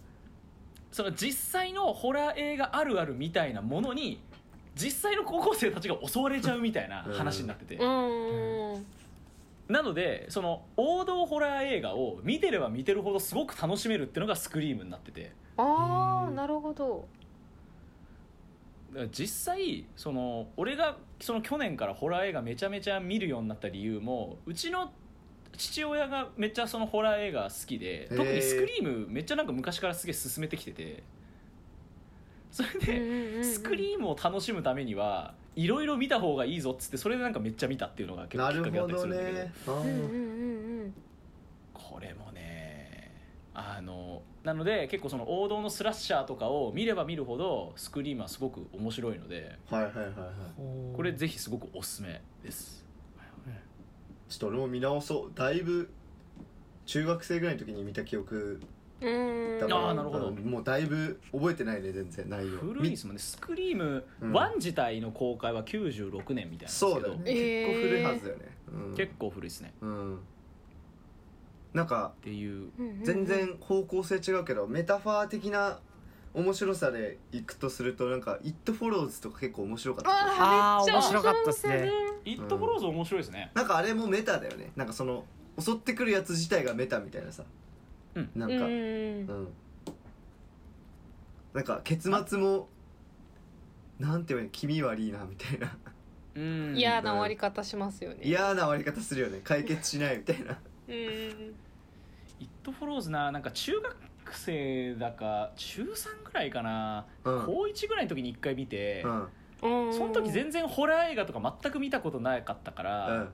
Speaker 1: その実際のホラー映画あるあるみたいなものに実際の高校生たちが襲われちゃうみたいな話になってて、
Speaker 3: うんうん
Speaker 1: なのでその王道ホラー映画を見てれば見てるほどすごく楽しめるっていうのが「スクリーム」になってて。
Speaker 3: ああ
Speaker 4: うん
Speaker 3: なるほど
Speaker 1: だから実際その俺がその去年からホラー映画めちゃめちゃ見るようになった理由もうちの父親がめっちゃそのホラー映画好きで特に「スクリーム」めっちゃなんか昔からすげえ進めてきててそれで「スク
Speaker 3: ー
Speaker 1: リーム」を楽しむためにはいろいろ見た方がいいぞっつってそれでなんかめっちゃ見たっていうのが結
Speaker 2: な
Speaker 1: 構きっ
Speaker 2: る
Speaker 1: かけだっ
Speaker 2: ほ
Speaker 1: たり
Speaker 2: ど
Speaker 1: するんだけど
Speaker 2: ねあ
Speaker 3: うんうん
Speaker 2: ー
Speaker 3: うん
Speaker 1: これもねあのなので結構その王道のスラッシャーとかを見れば見るほどスクリームはすごく面白いので
Speaker 2: はいはいはいはい
Speaker 1: これぜひすごくおすすめです
Speaker 2: ちょっと俺も見直そうだいぶ中学生ぐらいの時に見た記憶
Speaker 3: うんう
Speaker 2: だ
Speaker 3: ん
Speaker 2: から
Speaker 1: あーなるほど
Speaker 2: もうだいぶ覚えてないね全然内容
Speaker 1: 古いですもんねスクリーム
Speaker 2: うん
Speaker 1: 1自体の公開は96年みたいなんですけど
Speaker 2: そうだよね、
Speaker 3: えー
Speaker 2: 結構古いはずだよね、うん、
Speaker 1: 結構古いですね
Speaker 2: うんなんか
Speaker 1: っていう
Speaker 3: うんうんうん
Speaker 2: 全然方向性違うけど、メタファー的な面白さでいくとするとなんか「It Follows」とか結構面白かったです
Speaker 3: あ
Speaker 4: あー
Speaker 3: ーめっちゃ面白かったです
Speaker 4: 面
Speaker 3: ね
Speaker 4: 白
Speaker 1: 「イット・フォローズ」面白いですね
Speaker 2: なんかあれもメタだよねなんかその襲ってくるやつ自体がメタみたいなさ、
Speaker 1: うん
Speaker 2: なん
Speaker 3: うん
Speaker 2: か、
Speaker 3: うん
Speaker 2: うんなんか結末もなんて言うの気味悪いなみたいな
Speaker 1: うん
Speaker 3: 嫌な終わり方しますよね
Speaker 2: 嫌な終わり方するよね解決しないみたいな
Speaker 3: うんうん
Speaker 1: イット・フォローズな」なんか中学生だか中3ぐらいかな、
Speaker 2: うん
Speaker 1: 高1ぐらいの時に1回見て、
Speaker 2: うん
Speaker 3: うん
Speaker 1: その時全然ホラー映画とか全く見たことなかったか
Speaker 2: う
Speaker 1: ら、
Speaker 2: ん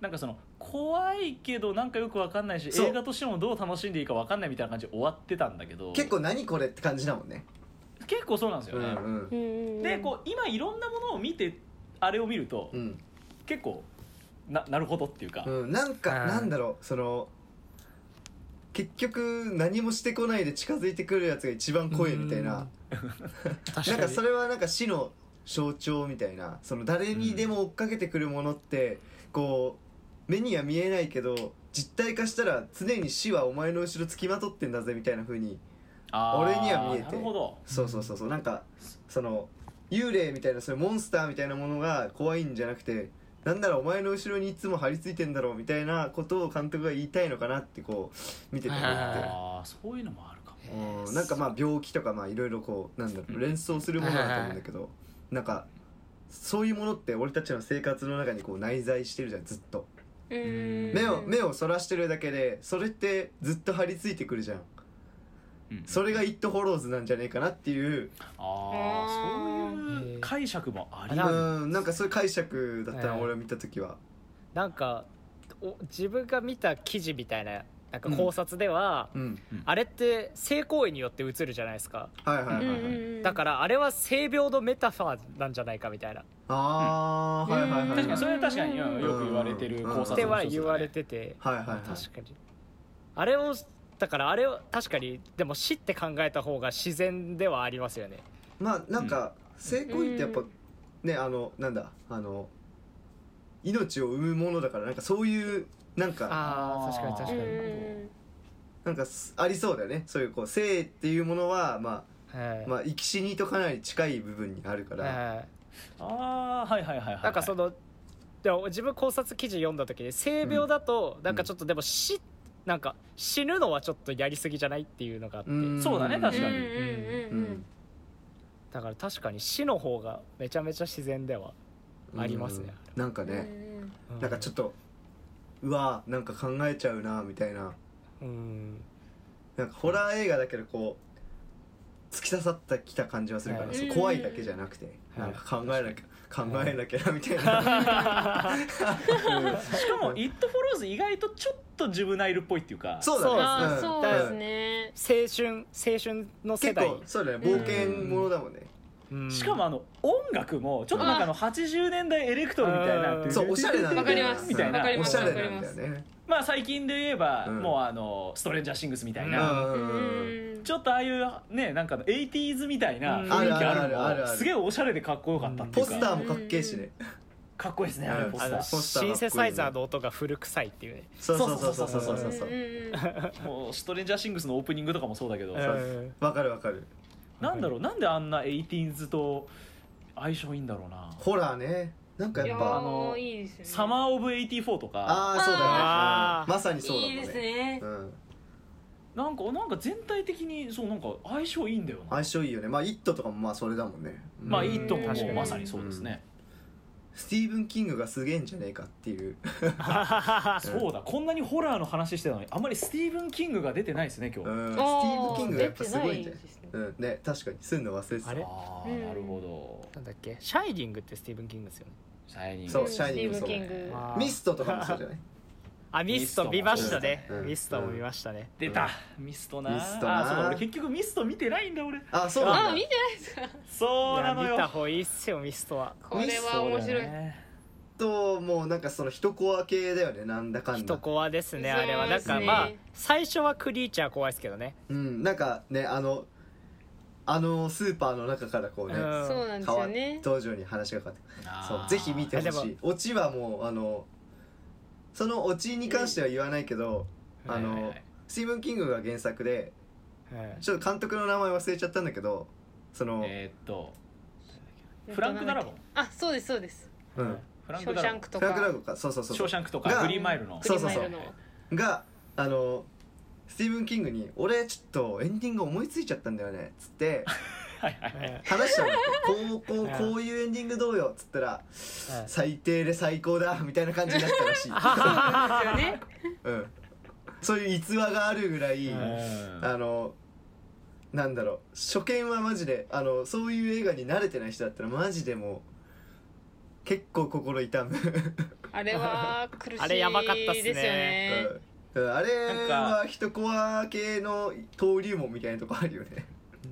Speaker 1: なんかその怖いけどなんかよくわかんないし
Speaker 2: そう
Speaker 1: 映画としてもどう楽しんでいいかわかんないみたいな感じで終わってたんだけど
Speaker 2: 結構何これって感じだもんね
Speaker 1: 結構そうなんですよ
Speaker 2: うん
Speaker 1: ね、
Speaker 2: うん
Speaker 3: うんうんうん
Speaker 1: でこう今いろんなものを見てあれを見ると、
Speaker 2: うん
Speaker 1: 結構ななるほどっていうか、
Speaker 2: うん、なんか、
Speaker 4: はい
Speaker 2: なんだろうその結局何もしてこないで近づいてくるやつが一番怖いみたいな
Speaker 4: 確
Speaker 2: なん
Speaker 4: か
Speaker 2: か
Speaker 4: に
Speaker 2: それはなんか死の象徴みたいなその誰にでも追っかけてくるものって、こう目には見えないけど実体化したら常に死はお前の後ろつきまとってんだぜみたいな風に
Speaker 1: あー
Speaker 2: 俺には見えて
Speaker 1: なるほど
Speaker 2: そうそうそうそうなんかその幽霊みたいなそういうモンスターみたいなものが怖いんじゃなくてなんならお前の後ろにいつも張り付いてんだろうみたいなことを監督が言いたいのかなってこう見てて思って、
Speaker 1: ああそういうのもあるかも
Speaker 2: うん、なんかまあ病気とかまあいろいろこうなんだろう連想するものだと思うんだけど、なんかそういうものって俺たちの生活の中にこう内在してるじゃんずっと
Speaker 3: うん
Speaker 2: 目を目をそらしてるだけでそれってずっと張り付いてくるじゃん
Speaker 1: うん
Speaker 2: それが「イット・フォローズ」なんじゃねえかなっていう
Speaker 1: ああ
Speaker 3: う
Speaker 1: そういう解釈もあり
Speaker 4: なる
Speaker 2: うんなんかそういう解釈だった
Speaker 4: え
Speaker 2: な
Speaker 4: え
Speaker 2: 俺を見た時は。
Speaker 4: なんかお自分が見た記事みたいななんか考察では、
Speaker 2: うん
Speaker 4: あれって性行為によって映るじゃないですか
Speaker 2: はいはいはいはい、
Speaker 4: だかららあれは性病のメタファーなんじゃないかみたいなっ
Speaker 2: ああ、
Speaker 3: うん
Speaker 2: はいはいはいはい
Speaker 1: 確かにそれは確かにうん
Speaker 3: うん
Speaker 1: よく言われてる考察
Speaker 4: て
Speaker 1: の
Speaker 4: は
Speaker 1: 一つ
Speaker 4: 言
Speaker 1: だ
Speaker 4: われ
Speaker 1: ね
Speaker 4: てて、
Speaker 2: はいはいはい
Speaker 4: 確かにあれをだからあれを確かにでも死って考えた方が自然ではありますよね
Speaker 2: まあなんか性行為ってやっぱ、
Speaker 3: うん
Speaker 2: ねあのなんだあの命を生むものだからなんかそういうなんか
Speaker 4: ああ
Speaker 1: あー
Speaker 4: 確かに確か
Speaker 3: うん
Speaker 4: に、
Speaker 3: うん
Speaker 2: なんかすありそうだよねそういうこう性っていうものはま
Speaker 4: はい
Speaker 2: あまあ生き死にとかなり近い部分にあるから、
Speaker 4: はい
Speaker 1: ああはいはいはいはい
Speaker 4: なんかその、でも自分考察記事読んだ時に性病だとなんかちょっとでも死、なんか死ぬのはちょっとやりすぎじゃないっていうのがあって、
Speaker 2: うん
Speaker 1: そうだね確かに
Speaker 3: うんうん
Speaker 2: う
Speaker 3: うんうん
Speaker 2: ん
Speaker 4: だから確かに死の方がめちゃめちゃ自然では、ありますね
Speaker 2: うんなんかね、
Speaker 3: ね。
Speaker 4: う
Speaker 2: なんかちょっ
Speaker 4: っ
Speaker 2: とうわなんか考えちゃうなみたいな
Speaker 4: とうん
Speaker 2: なんかホラー映画だけどこう突き刺さってきた感じはするから、
Speaker 4: はい
Speaker 2: そう怖いだけじゃなくて、
Speaker 4: はい
Speaker 2: なんか考えなきゃ、考えなきゃなみたい な、
Speaker 1: しかも「イット・フォローズ」意外とちょっとジュブナイルっぽいっていうか
Speaker 2: そうだね
Speaker 3: ああ、そうですね。
Speaker 4: 青春青春の世
Speaker 2: 結
Speaker 4: 代
Speaker 2: 構そうだね冒険ものだもんね、
Speaker 4: うん
Speaker 1: しかもあの音楽もちょっとなんかあの80年代エレクトロみたいな
Speaker 4: うん
Speaker 2: そうおしゃれなんだよ
Speaker 3: わかります
Speaker 2: みたいな
Speaker 1: わかり
Speaker 2: お
Speaker 1: ま
Speaker 2: し
Speaker 1: す
Speaker 2: ゃれなんだよね
Speaker 1: まあ最近で言えば
Speaker 2: うん
Speaker 1: もうあのストレンジャーシングスみたい
Speaker 2: うん
Speaker 1: な
Speaker 3: うん
Speaker 1: ちょっとああいうねなんかの 80s みたいな
Speaker 4: うん
Speaker 1: 雰囲気あ
Speaker 2: あるあるあ
Speaker 1: る
Speaker 2: る
Speaker 1: の
Speaker 2: あ
Speaker 1: も
Speaker 2: る
Speaker 1: すげえおしゃれでかっこよかったってい
Speaker 2: ポ
Speaker 1: うか
Speaker 2: スターもかっけえしね、
Speaker 1: かっこいいですねあ
Speaker 2: う
Speaker 1: れ
Speaker 2: ん
Speaker 1: ポ
Speaker 4: あ
Speaker 1: スタ
Speaker 4: の
Speaker 1: ー
Speaker 2: ポスター
Speaker 4: シ
Speaker 2: かっこいいね
Speaker 4: ンセサイザーの音が古臭いっていうね
Speaker 2: そうそうそうそうそうそうそう
Speaker 3: うんうん
Speaker 1: もうストレンジャーシングスのオープニングとかもそうだけど、
Speaker 4: うん
Speaker 2: わかるわかる
Speaker 1: なんだろうなんであんな 18s と相性いいんだろうな
Speaker 2: ホラーねなんか
Speaker 3: い
Speaker 2: や
Speaker 3: や
Speaker 2: っぱ
Speaker 1: ー
Speaker 3: ーいいですね。
Speaker 1: サマー・オブ・84とか
Speaker 2: ああそうだね
Speaker 4: あー
Speaker 2: うんまさにそうだもん
Speaker 3: いい
Speaker 2: ね
Speaker 3: ですね
Speaker 2: う。ん、
Speaker 1: なんかなんか全体的にそうなんか相性いいんだよな
Speaker 2: 相性いいよねまあ「イット!」とかもまあそれだもんね、うん
Speaker 1: まあ「イット!」も
Speaker 4: 確か
Speaker 1: もう
Speaker 4: に
Speaker 1: まさにそうですね、
Speaker 2: スティーブン・キングがすげえんじゃねえかっていう
Speaker 1: そうだこんなにホラーの話してたのにあんまりスティーブン・キングが出てないですね今日、
Speaker 2: うんスティ
Speaker 3: あ
Speaker 2: ーブン・キングがやっぱすごいんじゃ
Speaker 3: 出てないです
Speaker 2: な
Speaker 3: ね
Speaker 2: いうんね確かにすんの忘れてた
Speaker 4: あれ
Speaker 1: ああ
Speaker 3: うん
Speaker 1: なるほど
Speaker 4: なんだっけシャイニングってスティーブン・キングですよね
Speaker 1: シャイニング
Speaker 2: そうシャイニング
Speaker 3: スティーブンキング
Speaker 4: あー
Speaker 2: ミストとかもそうじゃない
Speaker 4: あミスト見ましたね
Speaker 2: うん
Speaker 4: ミストも見ましたね
Speaker 1: 出た、ミストな
Speaker 2: ミストな
Speaker 1: あそうだ俺結局ミスト見てないんだ俺
Speaker 2: あそう
Speaker 3: あ
Speaker 2: なん
Speaker 3: 見
Speaker 2: だ
Speaker 3: てないですか
Speaker 1: そうないの
Speaker 4: や
Speaker 1: よ
Speaker 4: 見た方がいいっすよミストは
Speaker 3: これは面白い、
Speaker 2: ともうなんかその一コア系だよねなんだかん
Speaker 4: 人
Speaker 2: だ
Speaker 4: 怖ですねあれは
Speaker 3: そう
Speaker 4: な
Speaker 3: で
Speaker 4: ん
Speaker 3: すね
Speaker 4: かまあ最初はクリーチャー怖いですけどね
Speaker 2: うんなんかねあのあのスーパーの中からこうね
Speaker 4: うん
Speaker 3: そうなんですよ
Speaker 2: 川
Speaker 3: ね
Speaker 2: 道場に話がかかってそうぜひ見て
Speaker 4: あ
Speaker 2: ほ
Speaker 4: で
Speaker 2: しいオチはもうあのそのオチに関しては言わないけど、あの、
Speaker 1: はいはいはい
Speaker 2: スティーブン・キングが原作で
Speaker 4: うん
Speaker 2: ちょっと監督の名前忘れちゃったんだけどその、
Speaker 1: えーっとフランク・ダラゴン
Speaker 3: あそうですそうです
Speaker 2: うん
Speaker 1: フ
Speaker 3: 「
Speaker 1: ラ
Speaker 3: シ
Speaker 1: ン
Speaker 3: ョ
Speaker 1: ク・
Speaker 3: ー
Speaker 1: ダ
Speaker 3: シ
Speaker 1: ラ
Speaker 3: ャ
Speaker 1: ゴ
Speaker 3: ン
Speaker 1: ン
Speaker 3: ク」
Speaker 2: フ
Speaker 3: と
Speaker 2: ランク・ラ
Speaker 3: か
Speaker 2: グかそうそうそう
Speaker 1: ショ
Speaker 2: そ
Speaker 1: ー
Speaker 2: う
Speaker 1: シャンクと
Speaker 2: が
Speaker 1: かグリーンマイルの
Speaker 3: クリ
Speaker 2: そう
Speaker 3: マ
Speaker 2: そ
Speaker 3: イ
Speaker 2: うそ
Speaker 3: ル
Speaker 2: う
Speaker 3: の
Speaker 2: があのスティーブン・キングに「俺ちょっとエンディング思いついちゃったんだよね」っつって
Speaker 1: はいはいはい
Speaker 4: うん
Speaker 2: 話 したのこうこうこういうエンディングどうよっつったら「最低で最高だ」みたいな感じになったらしい、
Speaker 3: そうなんですよね
Speaker 2: うん、そういう逸話があるぐらい、
Speaker 4: うん
Speaker 2: あのなんだろう初見はマジであのそういう映画に慣れてない人だったらマジでもう結構心痛む、
Speaker 3: あれは苦しい
Speaker 4: あれやばかったっすね
Speaker 3: ですよね
Speaker 2: うん、あれ
Speaker 1: な
Speaker 2: は一コア系の登竜門みたいなとこあるよね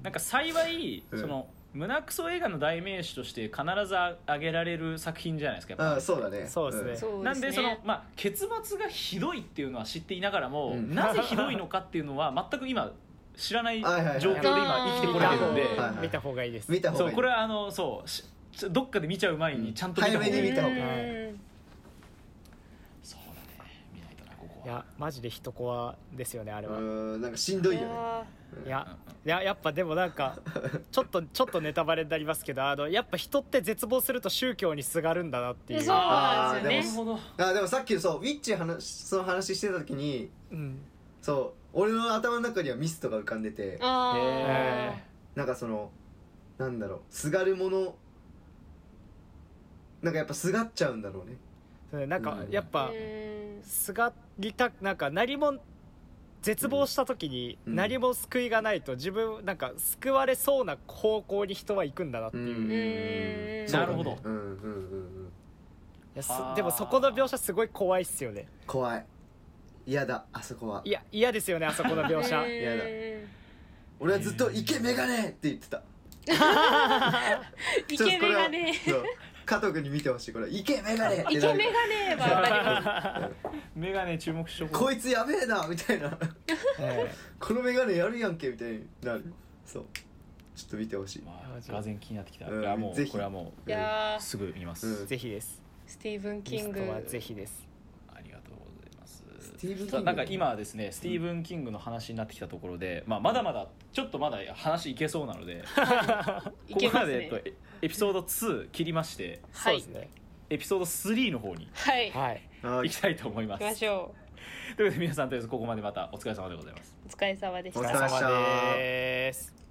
Speaker 1: なんか幸い、
Speaker 2: うん
Speaker 1: その胸クソ映画の代名詞として必ず挙げられる作品じゃないですかやっぱ
Speaker 2: あそうだね
Speaker 4: そうですね
Speaker 3: そう
Speaker 1: な
Speaker 3: で
Speaker 1: ん
Speaker 3: すね
Speaker 1: でその、まあ、結末がひどいっていうのは知っていながらも、
Speaker 2: うん
Speaker 1: なぜひどいのかっていうのは全く今知らない状
Speaker 2: はいはいはい
Speaker 1: 況で今生きてこれてるんで、
Speaker 3: はいはい
Speaker 2: はい
Speaker 4: 見た方がいいです
Speaker 2: うん見た方
Speaker 1: そ
Speaker 2: が
Speaker 1: う
Speaker 2: いい
Speaker 1: これはあのそうしちょどっかで見ちゃう前にちゃんと見た方がい
Speaker 2: 早め
Speaker 1: い、
Speaker 2: に見た方が
Speaker 3: うん
Speaker 1: そうだね見ないとなここ
Speaker 4: い
Speaker 1: は
Speaker 4: やマジで人怖ですよねあれ
Speaker 2: う
Speaker 4: は、
Speaker 2: んなんかしんどいよね
Speaker 3: あ
Speaker 4: いやいややっぱでもなんかちょっとちょっとネタバレになりますけどあのやっぱ人って絶望すると宗教にすがるんだなっていう
Speaker 3: そうなん
Speaker 1: な
Speaker 3: で
Speaker 1: る
Speaker 3: すよね
Speaker 1: ほど
Speaker 2: あでもさっきのそうウィッチ話その話してた時に
Speaker 4: うん
Speaker 2: そう俺の頭の中にはミストが浮かんでて
Speaker 3: あー
Speaker 1: へ
Speaker 2: なんかそのなんだろうすがるものなんかやっぱすがっちゃうんだろうね
Speaker 4: それなんか
Speaker 2: うん
Speaker 4: やっぱ
Speaker 3: うん
Speaker 4: すがりたなんか何も絶望した時に
Speaker 2: うん
Speaker 4: 何も救いがないと自分なんか救われそうな方向に人は行くんだなって
Speaker 2: う
Speaker 4: い
Speaker 2: ん
Speaker 4: う、
Speaker 2: う
Speaker 4: い
Speaker 2: ん
Speaker 1: なるほど
Speaker 2: うんうんうんうん
Speaker 4: やす
Speaker 1: あー
Speaker 4: でもそこの描写すごい怖いっすよね
Speaker 2: 怖い嫌だあそこはい
Speaker 4: や嫌ですよねあそこの描写
Speaker 2: やだ俺はずっと「イケメガネ!」って言ってた
Speaker 3: イケメガネ
Speaker 2: ちょっとこれはそう加藤君に見てほしいこれ「イケメガネ!」って
Speaker 3: イケメガネはわかり ます
Speaker 1: メガネ注目しとこ
Speaker 2: こ
Speaker 1: う
Speaker 2: いつやべえなみたいな
Speaker 4: え
Speaker 2: このメガネやるやんけみたいになるそうちょっと見てほしい
Speaker 1: まあがぜん気になってきた、
Speaker 2: うん
Speaker 1: いやも
Speaker 2: ぜ
Speaker 1: う
Speaker 2: ひ
Speaker 1: これはも
Speaker 3: いや
Speaker 1: うすぐ見ます、
Speaker 2: うん
Speaker 4: えぜひです
Speaker 3: ースティーブン・キ
Speaker 4: ミ
Speaker 3: ン
Speaker 4: ス
Speaker 3: グ
Speaker 4: トはぜひです
Speaker 1: ありがとうございます
Speaker 2: スティーブンキン
Speaker 1: さ
Speaker 2: グ
Speaker 1: なんか今はですねスティーブン・キングの話になってきたところで、まあ、まだまだちょっとまだ話いけそうなので
Speaker 3: い
Speaker 1: こ
Speaker 3: け
Speaker 1: こ
Speaker 3: ま
Speaker 1: ますで、
Speaker 3: ね
Speaker 1: えっと、エエピソード2切りまして
Speaker 4: そ
Speaker 3: は
Speaker 4: う
Speaker 3: い
Speaker 4: ですね
Speaker 1: エピソード3の方に
Speaker 3: はい行
Speaker 4: はい
Speaker 2: は
Speaker 1: 行
Speaker 2: い
Speaker 1: きたいと思います。
Speaker 3: きましょ
Speaker 1: ということで皆さんとりあえずここまでまたお疲れ様でございます。
Speaker 3: うお疲れ様でし
Speaker 2: お
Speaker 3: た
Speaker 2: 疲れ様でした
Speaker 4: お疲れ様です